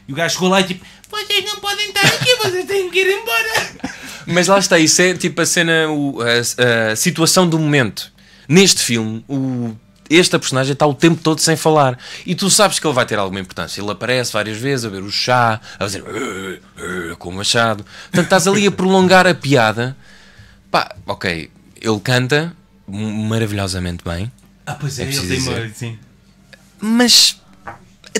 Speaker 1: E o gajo chegou lá e tipo, vocês não podem estar aqui, [LAUGHS] vocês têm que ir embora.
Speaker 2: Mas lá está, isso é tipo a cena, o- a, a situação do momento. Neste filme, o, esta personagem está o tempo todo sem falar. E tu sabes que ele vai ter alguma importância. Ele aparece várias vezes a ver o chá, a fazer "Ur, ur", com o machado. Portanto, estás ali a prolongar a piada. Pá, ok, ele canta m- maravilhosamente bem,
Speaker 1: Ah, pois é,
Speaker 2: É
Speaker 1: ele
Speaker 2: preciso
Speaker 1: tem
Speaker 2: dizer.
Speaker 1: uma. Sim.
Speaker 2: mas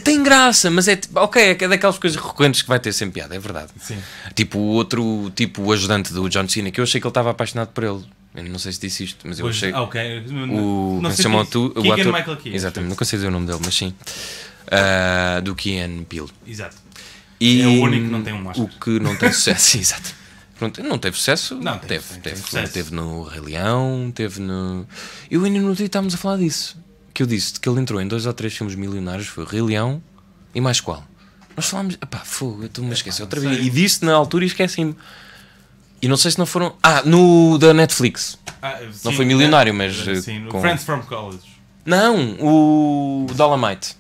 Speaker 2: tem graça. Mas é tipo, ok, é daquelas coisas recorrentes que vai ter sempre piada, é verdade.
Speaker 1: Sim.
Speaker 2: Tipo o outro, tipo o ajudante do John Cena, que eu achei que ele estava apaixonado por ele. Eu não sei se disse isto, mas eu
Speaker 1: Pois,
Speaker 2: achei.
Speaker 1: ah, ok.
Speaker 2: é. O,
Speaker 1: Não
Speaker 2: como é se
Speaker 1: sei
Speaker 2: chama o,
Speaker 1: quem-
Speaker 2: tu, o
Speaker 1: Keegan
Speaker 2: ator.
Speaker 1: Michael Key.
Speaker 2: Exatamente, não consigo dizer o nome dele, mas sim. Ah, do Keanu Peele.
Speaker 1: Exato.
Speaker 2: E
Speaker 1: É o único que não tem um Oscar.
Speaker 2: O que não tem sucesso, [LAUGHS] sim, exato. Pronto, não teve sucesso?
Speaker 1: Não, teve,
Speaker 2: teve.
Speaker 1: tem-
Speaker 2: teve,
Speaker 1: tem sucesso.
Speaker 2: teve no Rei Leão, teve no. Eu ainda no outro dia estávamos a falar disso. Que eu disse que ele entrou em dois ou três filmes milionários: foi o Rei Leão e mais qual? Nós falámos. Epá, fogo, eu estou-me a esquecer outra
Speaker 1: não
Speaker 2: vez.
Speaker 1: sei.
Speaker 2: E disse na altura e esqueci-me. E não sei se não foram. Ah, no da Netflix.
Speaker 1: Ah,
Speaker 2: Não
Speaker 1: sim,
Speaker 2: foi milionário, mas, eh,
Speaker 1: Sim, no
Speaker 2: com-
Speaker 1: Friends from College.
Speaker 2: Não, o Dolomite.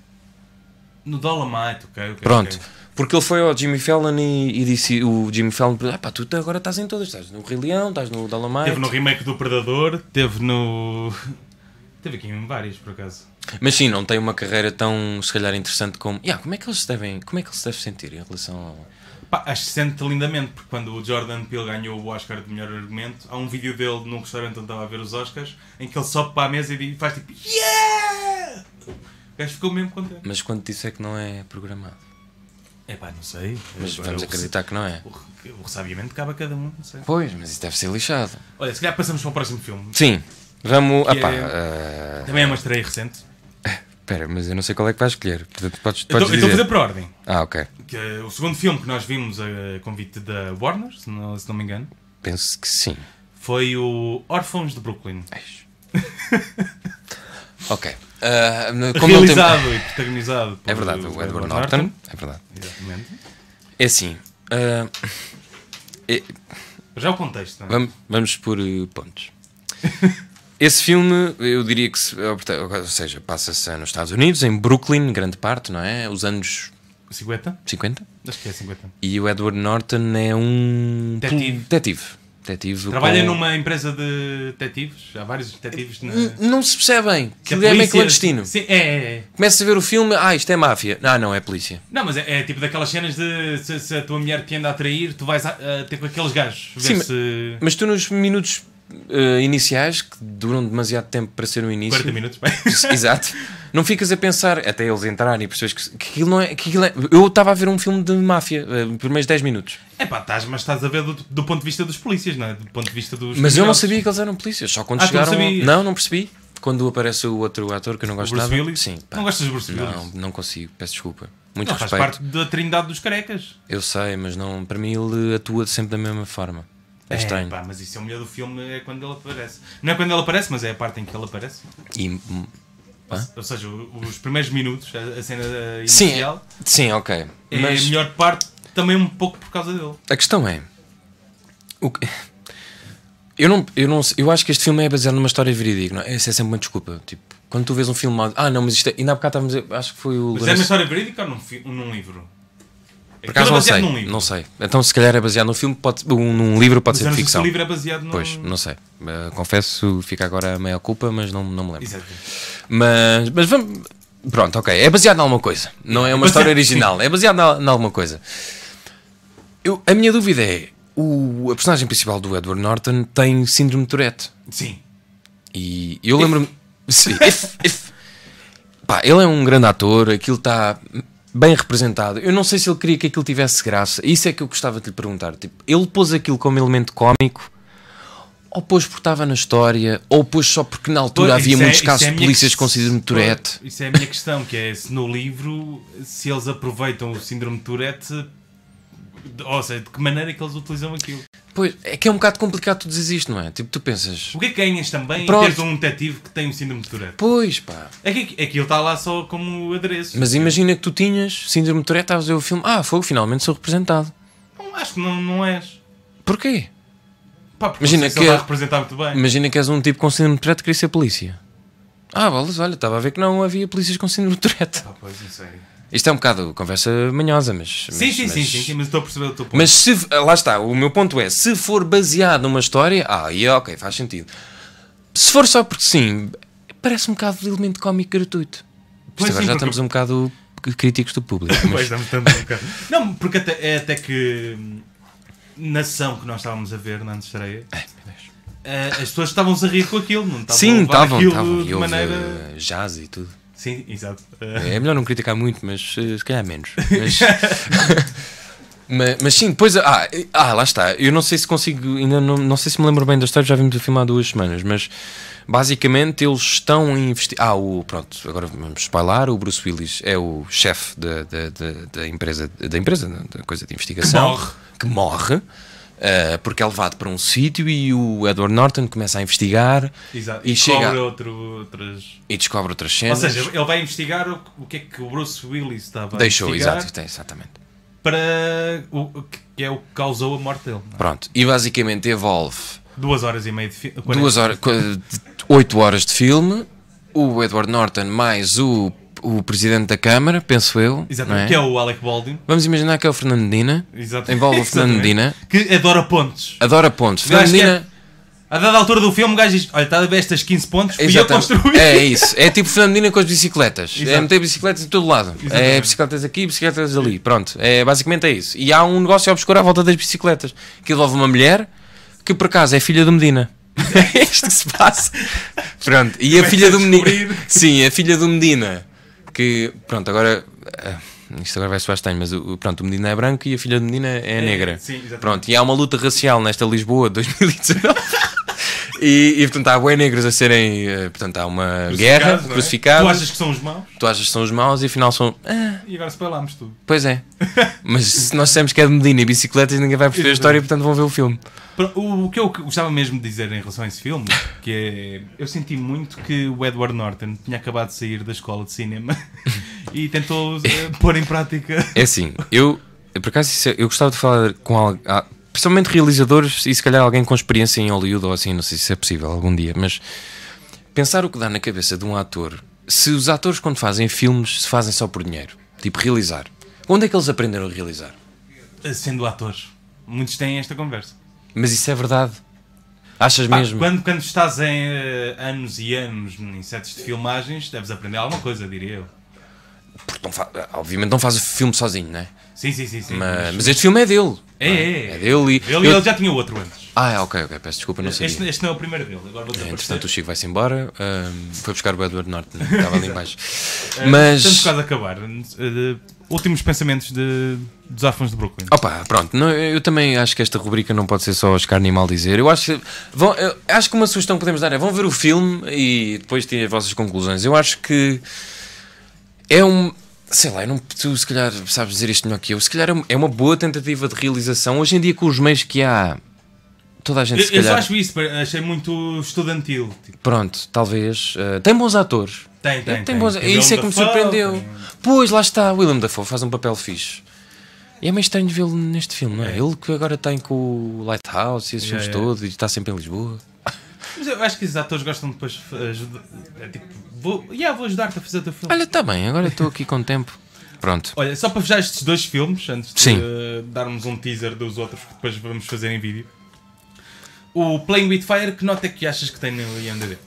Speaker 1: No Dolomite, ok, ok.
Speaker 2: Pronto.
Speaker 1: ok.
Speaker 2: Porque ele foi ao Jimmy Fallon e, e disse: O Jimmy Fallon, ah, pá, tu agora estás em todas, estás no Rei Leão, estás no Dolomite.
Speaker 1: Teve no remake do Predador, teve no. [LAUGHS] Teve aqui em vários, por acaso.
Speaker 2: Mas sim, não tem uma carreira tão, se calhar, interessante como. Yeah, como é que eles se devem, como é que eles se devem sentir em relação ao.
Speaker 1: Pá, acho que sente lindamente, porque quando o Jordan Peele ganhou o Oscar de melhor argumento, há um vídeo dele num restaurante onde estava a ver os Oscars, em que ele sobe para a mesa e diz- faz tipo Yeah! O gajo ficou mesmo contente.
Speaker 2: Mas quando disse é que não é programado.
Speaker 1: É pá, não sei.
Speaker 2: Mas
Speaker 1: Agora
Speaker 2: vamos
Speaker 1: o rece-
Speaker 2: acreditar que não é.
Speaker 1: O, re- o ressabiamento cabe a cada um, não sei.
Speaker 2: Pois, mas isso deve ser lixado.
Speaker 1: Olha, se calhar passamos para o próximo filme.
Speaker 2: Sim, vamos.
Speaker 1: Que
Speaker 2: Ah, pá,
Speaker 1: é-
Speaker 2: ah,
Speaker 1: Também é uma estreia recente.
Speaker 2: Espera, mas eu não sei qual é que vais escolher. Portanto,
Speaker 1: Eu
Speaker 2: podes, podes
Speaker 1: estou eu estou a
Speaker 2: dizer.
Speaker 1: fazer por ordem.
Speaker 2: Ah, ok.
Speaker 1: Que é o segundo filme que nós vimos a convite da Warner, se não, se não me engano,
Speaker 2: Penso que sim.
Speaker 1: foi o Órfãos de Brooklyn.
Speaker 2: [LAUGHS] Ok. Ah, como não tem...
Speaker 1: Realizado e protagonizado por
Speaker 2: É verdade, o Edward Norton. É verdade.
Speaker 1: Exatamente.
Speaker 2: É assim. ah, [LAUGHS] é-
Speaker 1: Já o contexto, não é?
Speaker 2: Vamos, vamos por eh,
Speaker 1: [LAUGHS]
Speaker 2: pontos. Esse filme, eu diria que, se- ou porta- ou seja, passa-se nos Estados Unidos, em Brooklyn, grande parte, não é? Os anos
Speaker 1: 50?
Speaker 2: 50.
Speaker 1: Acho que é 50.
Speaker 2: E o Edward Norton é um. pol-
Speaker 1: Detetive.
Speaker 2: Detetive. Detetive
Speaker 1: Trabalha
Speaker 2: com-
Speaker 1: numa empresa de detetives, há vários detetives na.
Speaker 2: N- Não se percebe bem. Hum,
Speaker 1: da
Speaker 2: Que é meio
Speaker 1: polícia.
Speaker 2: clandestino.
Speaker 1: Sim, é, é, é.
Speaker 2: Começa a ver o filme, ah, isto é máfia. Ah, não, é polícia.
Speaker 1: Não, mas é, é tipo daquelas cenas de se, se a tua mulher te anda a trair, tu vais a, a ter com aqueles gajos. Ver
Speaker 2: Sim, mas-
Speaker 1: se.
Speaker 2: Mas tu, nos minutos eh, iniciais, que duram demasiado tempo para ser um início,
Speaker 1: 40 minutos, bem.
Speaker 2: Exato. Não ficas a pensar, até eles entrarem e percebes que, que aquilo não é, que aquilo é- Eu estava a ver um filme de máfia, eh, os primeiros 10 minutos.
Speaker 1: É pá, estás, mas estás a ver do, do ponto de vista dos polícias, não é? Do ponto de vista dos.
Speaker 2: Mas eu não
Speaker 1: criminosos.
Speaker 2: sabia que eles eram polícias, só quando
Speaker 1: Ah, tu não
Speaker 2: chegaram.
Speaker 1: sabias?
Speaker 2: Não, não percebi. Quando aparece o outro ator que eu não gosto
Speaker 1: Bruce
Speaker 2: nada.
Speaker 1: Willis?
Speaker 2: Sim, pá.
Speaker 1: Não gostas de Bruce Willis?
Speaker 2: não, não consigo, peço desculpa. Muito
Speaker 1: Não, faz
Speaker 2: respeito.
Speaker 1: parte da trindade dos carecas.
Speaker 2: Eu sei, mas não, para mim ele atua sempre da mesma forma. É, estranho.
Speaker 1: pá, mas isso é o melhor do filme, é quando ele aparece. Não é quando ele aparece, mas é a parte em que ele aparece.
Speaker 2: E, hum,
Speaker 1: Ou seja, o- os primeiros minutos, a, a cena eh,
Speaker 2: sim,
Speaker 1: inicial,
Speaker 2: sim, ok.
Speaker 1: é a melhor parte também um pouco por causa dele.
Speaker 2: A questão é. o que- Eu, não, eu, não, sei- eu acho que este filme é baseado numa história verídica. Não? é? Essa é sempre uma desculpa. Tipo, quando tu vês um filme. Ah, não, mas isto é, ainda há bocado estávamos. a- Acho que foi
Speaker 1: Mas é
Speaker 2: o.
Speaker 1: uma
Speaker 2: Lourenço-
Speaker 1: história verídica ou num, fi- num livro?
Speaker 2: Por acaso
Speaker 1: Aquilo é
Speaker 2: não
Speaker 1: baseado
Speaker 2: sei.
Speaker 1: Num livro.
Speaker 2: Não sei. Então, se calhar é baseado num filme, pode, um, num livro, pode
Speaker 1: Mas eu
Speaker 2: ser
Speaker 1: não sei se
Speaker 2: ficção.
Speaker 1: o livro é baseado num.
Speaker 2: Pois, não sei. Eh, confesso, fica agora a meia culpa, mas não, não me lembro.
Speaker 1: Exato.
Speaker 2: Mas, mas vamos. Pronto, ok. É baseado em alguma coisa. Não é uma
Speaker 1: Baseado-
Speaker 2: história original. É baseado na- em alguma coisa. Eu, a minha dúvida é: o, a personagem principal do Edward Norton tem síndrome de Tourette.
Speaker 1: Sim.
Speaker 2: E eu lembro-me. Sim, if- if. Pá, ele é um grande ator, aquilo está bem representado. Eu não sei se ele queria que aquilo tivesse graça. Isso é que eu gostava de lhe perguntar. Tipo, ele pôs aquilo como elemento cómico. Ou pôs porque estava na história, ou pôs só porque na altura
Speaker 1: Pois,
Speaker 2: havia
Speaker 1: isso é-
Speaker 2: muitos
Speaker 1: isso
Speaker 2: casos
Speaker 1: é a
Speaker 2: de
Speaker 1: minha
Speaker 2: polícias
Speaker 1: que-
Speaker 2: com síndrome de Tourette.
Speaker 1: Pois, Isso é a minha questão, que é se no livro, se eles aproveitam o síndrome de Tourette, de- ou seja, de que maneira é que eles utilizam aquilo.
Speaker 2: Pois, é que é um bocado complicado tu dizes isto, não é? Tipo, tu pensas,
Speaker 1: O que é que ganhas também
Speaker 2: Pronto.
Speaker 1: em teres um detetive que tem o síndrome de Tourette?
Speaker 2: pois pá.
Speaker 1: É que, é que ele está lá só como adereço.
Speaker 2: Mas imagina que tu tinhas síndrome de Tourette, estavas a ver o filme, ah, foi, finalmente sou representado.
Speaker 1: Não Acho que não, não és.
Speaker 2: Porquê?
Speaker 1: Pá, porque
Speaker 2: Imagina
Speaker 1: Imagina que
Speaker 2: que
Speaker 1: ele vai
Speaker 2: é-
Speaker 1: representar muito bem.
Speaker 2: Imagina que és um tipo com síndrome de Tourette que queria ser polícia. Ah, Valdes, olha, estava a ver que não havia polícias com síndrome de Tourette.
Speaker 1: Pá, pois, não sei.
Speaker 2: Isto é um bocado conversa manhosa, mas...
Speaker 1: Sim,
Speaker 2: mas-
Speaker 1: sim,
Speaker 2: mas-
Speaker 1: sim, sim, sim, mas estou a perceber o teu ponto.
Speaker 2: Mas se, lá está, o meu ponto é, se for baseado numa história, ah, e ok, faz sentido. Se for só porque sim, parece um bocado de elemento cómico gratuito. Isto
Speaker 1: Pois
Speaker 2: agora
Speaker 1: sim,
Speaker 2: já
Speaker 1: porque-
Speaker 2: estamos um bocado críticos do público.
Speaker 1: Pois, [LAUGHS]
Speaker 2: mas-
Speaker 1: dá-me tanto um bocado. Não, porque até, é até que hum, na sessão que nós estávamos a ver na estreia, eh, as pessoas estavam-se a rir com aquilo, não estavam a
Speaker 2: É, Sim,
Speaker 1: levar
Speaker 2: estavam,
Speaker 1: aquilo
Speaker 2: estavam. E
Speaker 1: de
Speaker 2: houve
Speaker 1: maneira.
Speaker 2: eh, jazz e tudo.
Speaker 1: Sim, exato.
Speaker 2: [LAUGHS]
Speaker 1: Eh,
Speaker 2: É melhor não criticar muito, mas eh, se
Speaker 1: [LAUGHS]
Speaker 2: calhar menos. Mas, [LAUGHS] mas, mas sim, depois. Ah, eh, ah, lá está. Eu não sei se consigo. Ainda não, não sei se me lembro bem da história, já vimos o filme há duas semanas. Mas basicamente eles estão a investir. Ah, o. Pronto, agora vamos spoiler. O Bruce Willis é o chefe da, da, da- da empresa, da empresa, da da coisa de investigação.
Speaker 1: morre.
Speaker 2: Que morre. eh, porque é levado para um sítio e o Edward Norton começa a investigar
Speaker 1: exato.
Speaker 2: E
Speaker 1: E,
Speaker 2: chega- É,
Speaker 1: cobre outro, outras.
Speaker 2: e descobre outras
Speaker 1: Ou
Speaker 2: cenas.
Speaker 1: seja, ele vai investigar o, o que é que o Bruce Willis estava a
Speaker 2: Deixou,
Speaker 1: investigar
Speaker 2: exato, exatamente.
Speaker 1: para o o que é o que causou a morte dele. não é?
Speaker 2: Pronto, e basicamente evolve
Speaker 1: Duas horas e meia de filme.
Speaker 2: duas horas, qua- de- oito horas de filme, o Edward Norton mais o, o presidente da Câmara, penso eu.
Speaker 1: Exatamente,
Speaker 2: não é?
Speaker 1: que é o Alec Baldwin.
Speaker 2: Vamos imaginar que é o Fernando Medina,
Speaker 1: Exato.
Speaker 2: envolve o Fernando
Speaker 1: [LAUGHS] Exatamente.
Speaker 2: Medina,
Speaker 1: Que adora pontos.
Speaker 2: adora pontos.
Speaker 1: Eu
Speaker 2: Fernando
Speaker 1: acho que é
Speaker 2: Medina,
Speaker 1: A dada altura do filme, o gajo diz: Olha, está a ver estas 15 pontos, fui eu
Speaker 2: Exatamente.
Speaker 1: construí.
Speaker 2: é isso, é tipo Fernando Medina com as bicicletas, é
Speaker 1: Exato.
Speaker 2: meter bicicletas em todo lado, é
Speaker 1: Exatamente.
Speaker 2: bicicletas aqui, bicicletas ali, pronto, é, basicamente é isso. E há um negócio obscuro à volta das bicicletas que envolve uma mulher que por acaso é filha do
Speaker 1: [LAUGHS]
Speaker 2: Medina. É isto que se passa. Pronto, e a
Speaker 1: Começa
Speaker 2: filha
Speaker 1: a
Speaker 2: do Medina.
Speaker 1: descobrir.
Speaker 2: [LAUGHS] Sim, a filha do Medina. Que, pronto, agora. ah, Isto agora vai soar estranho, mas o, o- pronto, o Medina é branco e a filha do Medina é, negra.
Speaker 1: sim, exatamente.
Speaker 2: Pronto, e há uma luta racial nesta Lisboa de 2019. E, e, portanto há bué negros a serem eh, portanto há uma guerra
Speaker 1: Crucificados, não é? Tu
Speaker 2: crucificados
Speaker 1: achas que são os maus?
Speaker 2: que são os maus e afinal são ah,
Speaker 1: E agora spoilámos tudo.
Speaker 2: pois
Speaker 1: [LAUGHS]
Speaker 2: é mas se nós dissermos que é de Medina e bicicletas ninguém vai perceber a história e portanto vão ver o filme
Speaker 1: Pro- O, o que eu gostava mesmo de dizer em relação a esse filme, que é. Eu senti muito que o Edward Norton tinha acabado de sair da escola de cinema [LAUGHS] e tentou eh, pôr em prática.
Speaker 2: É assim, eu por acaso isso é- eu gostava de falar com alguém, principalmente realizadores e se calhar alguém com experiência em Hollywood ou assim, não sei se é possível algum dia, mas pensar o que dá na cabeça de um ator, se os atores quando fazem filmes se fazem só por dinheiro, tipo realizar. Onde é que eles aprenderam a realizar?
Speaker 1: eh, sendo atores. Muitos têm esta conversa.
Speaker 2: Mas isso é verdade. Achas
Speaker 1: Pá,
Speaker 2: mesmo?
Speaker 1: Quando, quando estás em eh, anos e anos em sets de filmagens, deves aprender alguma coisa, diria eu.
Speaker 2: Porque não fa- obviamente não faz o filme sozinho, né?
Speaker 1: Sim, sim, sim. sim.
Speaker 2: Mas, mas este filme é dele.
Speaker 1: É,
Speaker 2: não
Speaker 1: é.
Speaker 2: é dele e.
Speaker 1: Ele,
Speaker 2: eu-
Speaker 1: ele já tinha outro antes.
Speaker 2: Ah, ok, ok, peço desculpa, não sabia.
Speaker 1: Este, este não é o primeiro dele. Agora vou
Speaker 2: Entretanto, o
Speaker 1: desaparecer.
Speaker 2: Chico vai-se embora. ahm, foi buscar o Edward Norton, que estava ali em baixo.
Speaker 1: Estamos
Speaker 2: Mas.
Speaker 1: quase a acabar. Eh, últimos pensamentos de, dos Afons de Brooklyn.
Speaker 2: Opa, pronto, não, eu também acho que esta rubrica não pode ser só Oscar nem mal dizer. Eu acho, que- vão, eu acho que uma sugestão que podemos dar é vão ver o filme e depois tirem as vossas conclusões. Eu acho que é um. Sei lá, eu não, tu se calhar sabes dizer isto melhor que eu. Se calhar é um- é uma boa tentativa de realização. Hoje em dia, com os meios que há, toda a gente
Speaker 1: Eu,
Speaker 2: se
Speaker 1: eu só
Speaker 2: calhar.
Speaker 1: acho isso, achei muito estudantil. Tipo,
Speaker 2: Pronto, talvez. eh, tem bons atores.
Speaker 1: tem, tem,
Speaker 2: Tem, bons...
Speaker 1: Tem
Speaker 2: Isso é que me
Speaker 1: Willem Dafoe,
Speaker 2: surpreendeu.
Speaker 1: tem-
Speaker 2: Pois, lá está, Willem Dafoe faz um papel fixe. E é meio estranho vê-lo neste filme, não é?
Speaker 1: É.
Speaker 2: Ele que agora tem com o Lighthouse e esses
Speaker 1: Yeah,
Speaker 2: filmes
Speaker 1: yeah.
Speaker 2: todos e está sempre em Lisboa.
Speaker 1: Mas eu acho que esses atores gostam de depois. eh, ajuda- é tipo, vou, yeah, vou ajudar-te a fazer o teu filme.
Speaker 2: Olha, está bem, agora estou aqui com tempo. Pronto.
Speaker 1: Olha, só para fechar estes dois filmes, antes de
Speaker 2: Sim.
Speaker 1: eh, darmos um teaser dos outros que depois vamos fazer em vídeo. O Playing with Fire, que nota é que achas que tem no IMDb?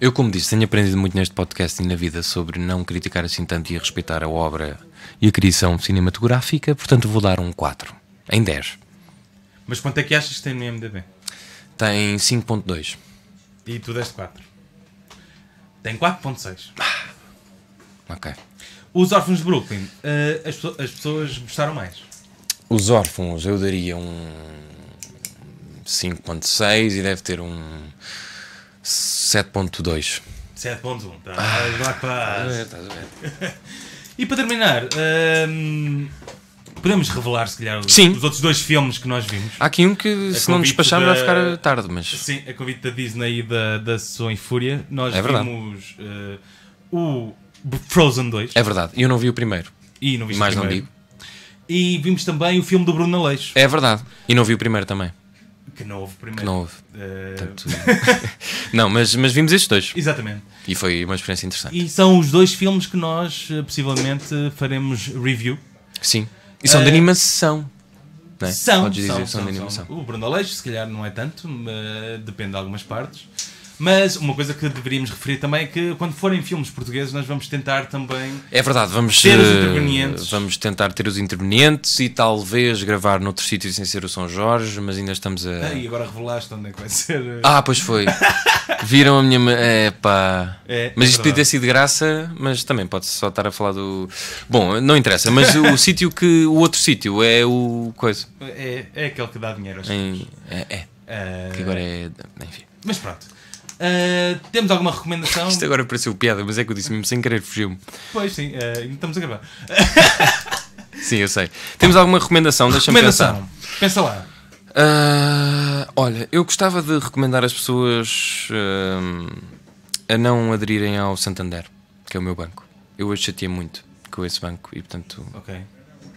Speaker 2: Eu, como disse, tenho aprendido muito neste podcast e na vida sobre não criticar assim tanto e respeitar a obra e a criação cinematográfica, portanto vou dar um 4 em 10.
Speaker 1: Mas quanto é que achas que tem no IMDb?
Speaker 2: Tem 5.2.
Speaker 1: E tu deste 4. Tem 4.6.
Speaker 2: Ok.
Speaker 1: Os Órfãos de Brooklyn, eh, as, pesso- as pessoas gostaram mais.
Speaker 2: Os órfãos eu daria um 5.6 e deve ter um 7.2.
Speaker 1: 7.1,
Speaker 2: Ah.
Speaker 1: tá? Lá
Speaker 2: é.
Speaker 1: quase. E para terminar, hum, podemos revelar, se calhar, os,
Speaker 2: Sim.
Speaker 1: os outros dois filmes que nós vimos.
Speaker 2: Há aqui um que se não
Speaker 1: É convite
Speaker 2: despacharmos vai
Speaker 1: da-
Speaker 2: ficar tarde, mas
Speaker 1: Sim, a convite da Disney e da, da Sessão em Fúria. Nós
Speaker 2: É verdade.
Speaker 1: vimos eh, o B- Frozen 2
Speaker 2: é verdade. Eu não vi o primeiro.
Speaker 1: e não viste
Speaker 2: mais
Speaker 1: o
Speaker 2: não
Speaker 1: primeiro. E vimos também o filme do Bruno Aleixo,
Speaker 2: É verdade. E não vi o primeiro também.
Speaker 1: que não houve primeiro.
Speaker 2: Que não
Speaker 1: [LAUGHS]
Speaker 2: houve.
Speaker 1: Eh,
Speaker 2: Portanto, não, mas, mas vimos estes dois.
Speaker 1: Exatamente.
Speaker 2: E foi uma experiência interessante.
Speaker 1: E são os dois filmes que nós eh, possivelmente faremos review.
Speaker 2: Sim. E são de
Speaker 1: Eh,
Speaker 2: animação. Não é?
Speaker 1: São,
Speaker 2: Podes dizer,
Speaker 1: são,
Speaker 2: que
Speaker 1: são,
Speaker 2: de
Speaker 1: são.
Speaker 2: animação.
Speaker 1: O Bruno Aleixo, se calhar, não é tanto, mas depende de algumas partes. Mas uma coisa que deveríamos referir também é que quando forem filmes portugueses, nós vamos tentar também.
Speaker 2: É verdade, vamos,
Speaker 1: Ter os
Speaker 2: eh,
Speaker 1: intervenientes.
Speaker 2: vamos tentar ter os intervenientes e talvez gravar noutro sítio sem ser o São Jorge, mas ainda estamos a.
Speaker 1: Ah, e agora revelaste onde é que vai ser.
Speaker 2: Ah, pois foi. Viram a minha. ma- É pá.
Speaker 1: É,
Speaker 2: mas
Speaker 1: é
Speaker 2: isto podia ter
Speaker 1: verdade.
Speaker 2: sido de graça, mas também pode só estar a falar do. Bom, não interessa,
Speaker 1: [LAUGHS]
Speaker 2: mas o sítio que. O outro sítio é o. Coisa.
Speaker 1: É, é aquele que dá dinheiro aos
Speaker 2: Em- é, é.
Speaker 1: Ah,
Speaker 2: Que agora é. Enfim.
Speaker 1: Mas pronto. Ah, temos alguma recomendação?
Speaker 2: Isto agora pareceu piada, mas é que eu disse mesmo sem querer, fugiu-me.
Speaker 1: Pois sim, ah, ainda estamos a gravar.
Speaker 2: Sim, eu sei. Temos alguma recomendação? Deixa-me pensar.
Speaker 1: recomendação. Pensa lá.
Speaker 2: Ah, olha, eu gostava de recomendar às pessoas ah, a não aderirem ao Santander, que é o meu banco. Eu hoje chateei muito com esse banco e, portanto,
Speaker 1: Ok.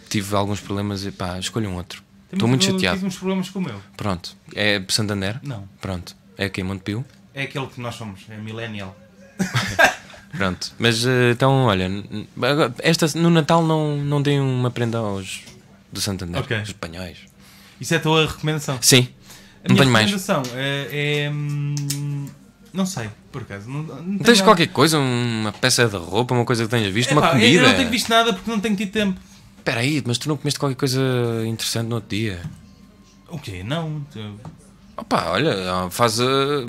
Speaker 2: tive alguns problemas e pá, escolho um outro.
Speaker 1: Temos-
Speaker 2: Estou muito
Speaker 1: eu
Speaker 2: chateado.
Speaker 1: Tive uns problemas com o meu.
Speaker 2: Pronto. É Santander?
Speaker 1: Não.
Speaker 2: Pronto. É aqui em Montepio?
Speaker 1: É aquele que nós somos, é Millennial.
Speaker 2: Pronto. Mas eh, então, olha, n- agora, esta, no Natal não, não deem uma prenda aos do Santander,
Speaker 1: Ok.
Speaker 2: os espanhóis.
Speaker 1: Isso é a tua recomendação.
Speaker 2: Sim.
Speaker 1: A
Speaker 2: Não
Speaker 1: minha
Speaker 2: tenho Um mais.
Speaker 1: recomendação é. é, hum, não sei, por acaso. Não, não tenho
Speaker 2: Tens
Speaker 1: nada.
Speaker 2: qualquer coisa, uma peça de roupa, uma coisa que tenhas visto, uma
Speaker 1: Epá,
Speaker 2: comida.
Speaker 1: Eu não tenho visto nada porque não tenho tido tempo.
Speaker 2: Espera aí, mas tu não comeste qualquer coisa interessante no outro dia?
Speaker 1: O quê? Não. tu-
Speaker 2: Opa, olha, faz eh,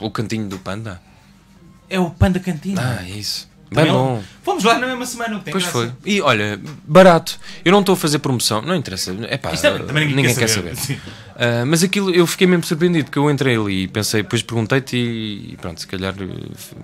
Speaker 2: o cantinho do panda.
Speaker 1: É o Panda Cantina.
Speaker 2: Ah, é isso. Bem
Speaker 1: Também é
Speaker 2: bom.
Speaker 1: um- Fomos lá na mesma semana, o que tem
Speaker 2: Pois
Speaker 1: graça.
Speaker 2: foi. E olha, barato. Eu não estou a fazer promoção, não interessa. Epá,
Speaker 1: Isto é também, também ninguém, quer saber. Sim.
Speaker 2: Ah, mas aquilo, eu fiquei mesmo surpreendido, porque eu entrei ali e pensei, depois perguntei-te e, e pronto, se calhar. eh, f-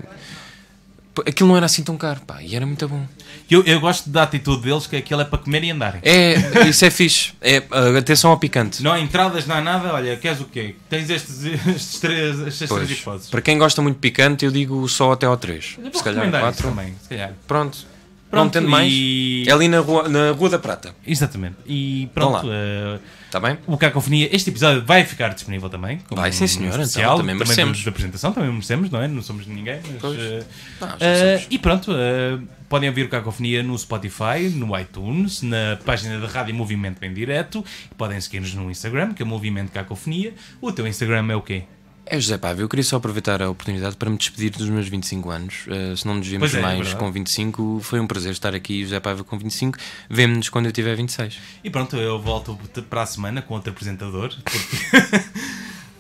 Speaker 2: Pô, Aquilo não era assim tão caro, pá, e era muito bom.
Speaker 1: [LAUGHS] Eu, eu gosto da atitude deles, que aquilo é para comer e andarem.
Speaker 2: É, isso é fixe. É, ah, atenção ao picante.
Speaker 1: Não há entradas, não há nada. Olha, queres o quê? Tens estes, [LAUGHS] estes três, estas três
Speaker 2: Pois,
Speaker 1: hipóteses.
Speaker 2: para quem gosta muito de picante, eu digo só até ao 3.
Speaker 1: Eu vou
Speaker 2: Se calhar
Speaker 1: recomendar isso
Speaker 2: 4.
Speaker 1: também, se calhar.
Speaker 2: Pronto.
Speaker 1: Pronto,
Speaker 2: Não tendo mais.
Speaker 1: e-
Speaker 2: É ali na Rua, na rua da Prata.
Speaker 1: Exatamente. E pronto.
Speaker 2: Vão
Speaker 1: eh,
Speaker 2: Está bem?
Speaker 1: o Cacofonia, este episódio vai ficar disponível também. como
Speaker 2: Vai, sim, senhora, então, também merecemos.
Speaker 1: da, da apresentação, também merecemos, não é? Não somos de ninguém. Mas,
Speaker 2: Pois.
Speaker 1: eh,
Speaker 2: Não, já
Speaker 1: eh,
Speaker 2: sabes.
Speaker 1: e pronto, eh, podem ouvir o Cacofonia no Spotify, no iTunes, na página da Rádio Movimento Bem Direto. Podem seguir-nos no Instagram, que é Movimento Cacofonia. O teu Instagram é o quê?
Speaker 2: É José Paiva, eu queria só aproveitar a oportunidade para me despedir dos meus 25 anos. Eh, se não nos vemos
Speaker 1: Pois é, é
Speaker 2: mais
Speaker 1: verdade.
Speaker 2: com 25, foi um prazer estar aqui, José Paiva com 25. Vemo-nos quando eu tiver 26.
Speaker 1: E pronto, eu volto te- para a semana com outro apresentador. Porque... [LAUGHS]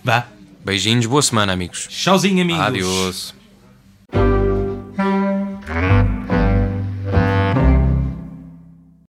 Speaker 1: Vá.
Speaker 2: Beijinhos, boa semana, amigos.
Speaker 1: Tchauzinho, amigos.
Speaker 2: Adiós.
Speaker 3: Thank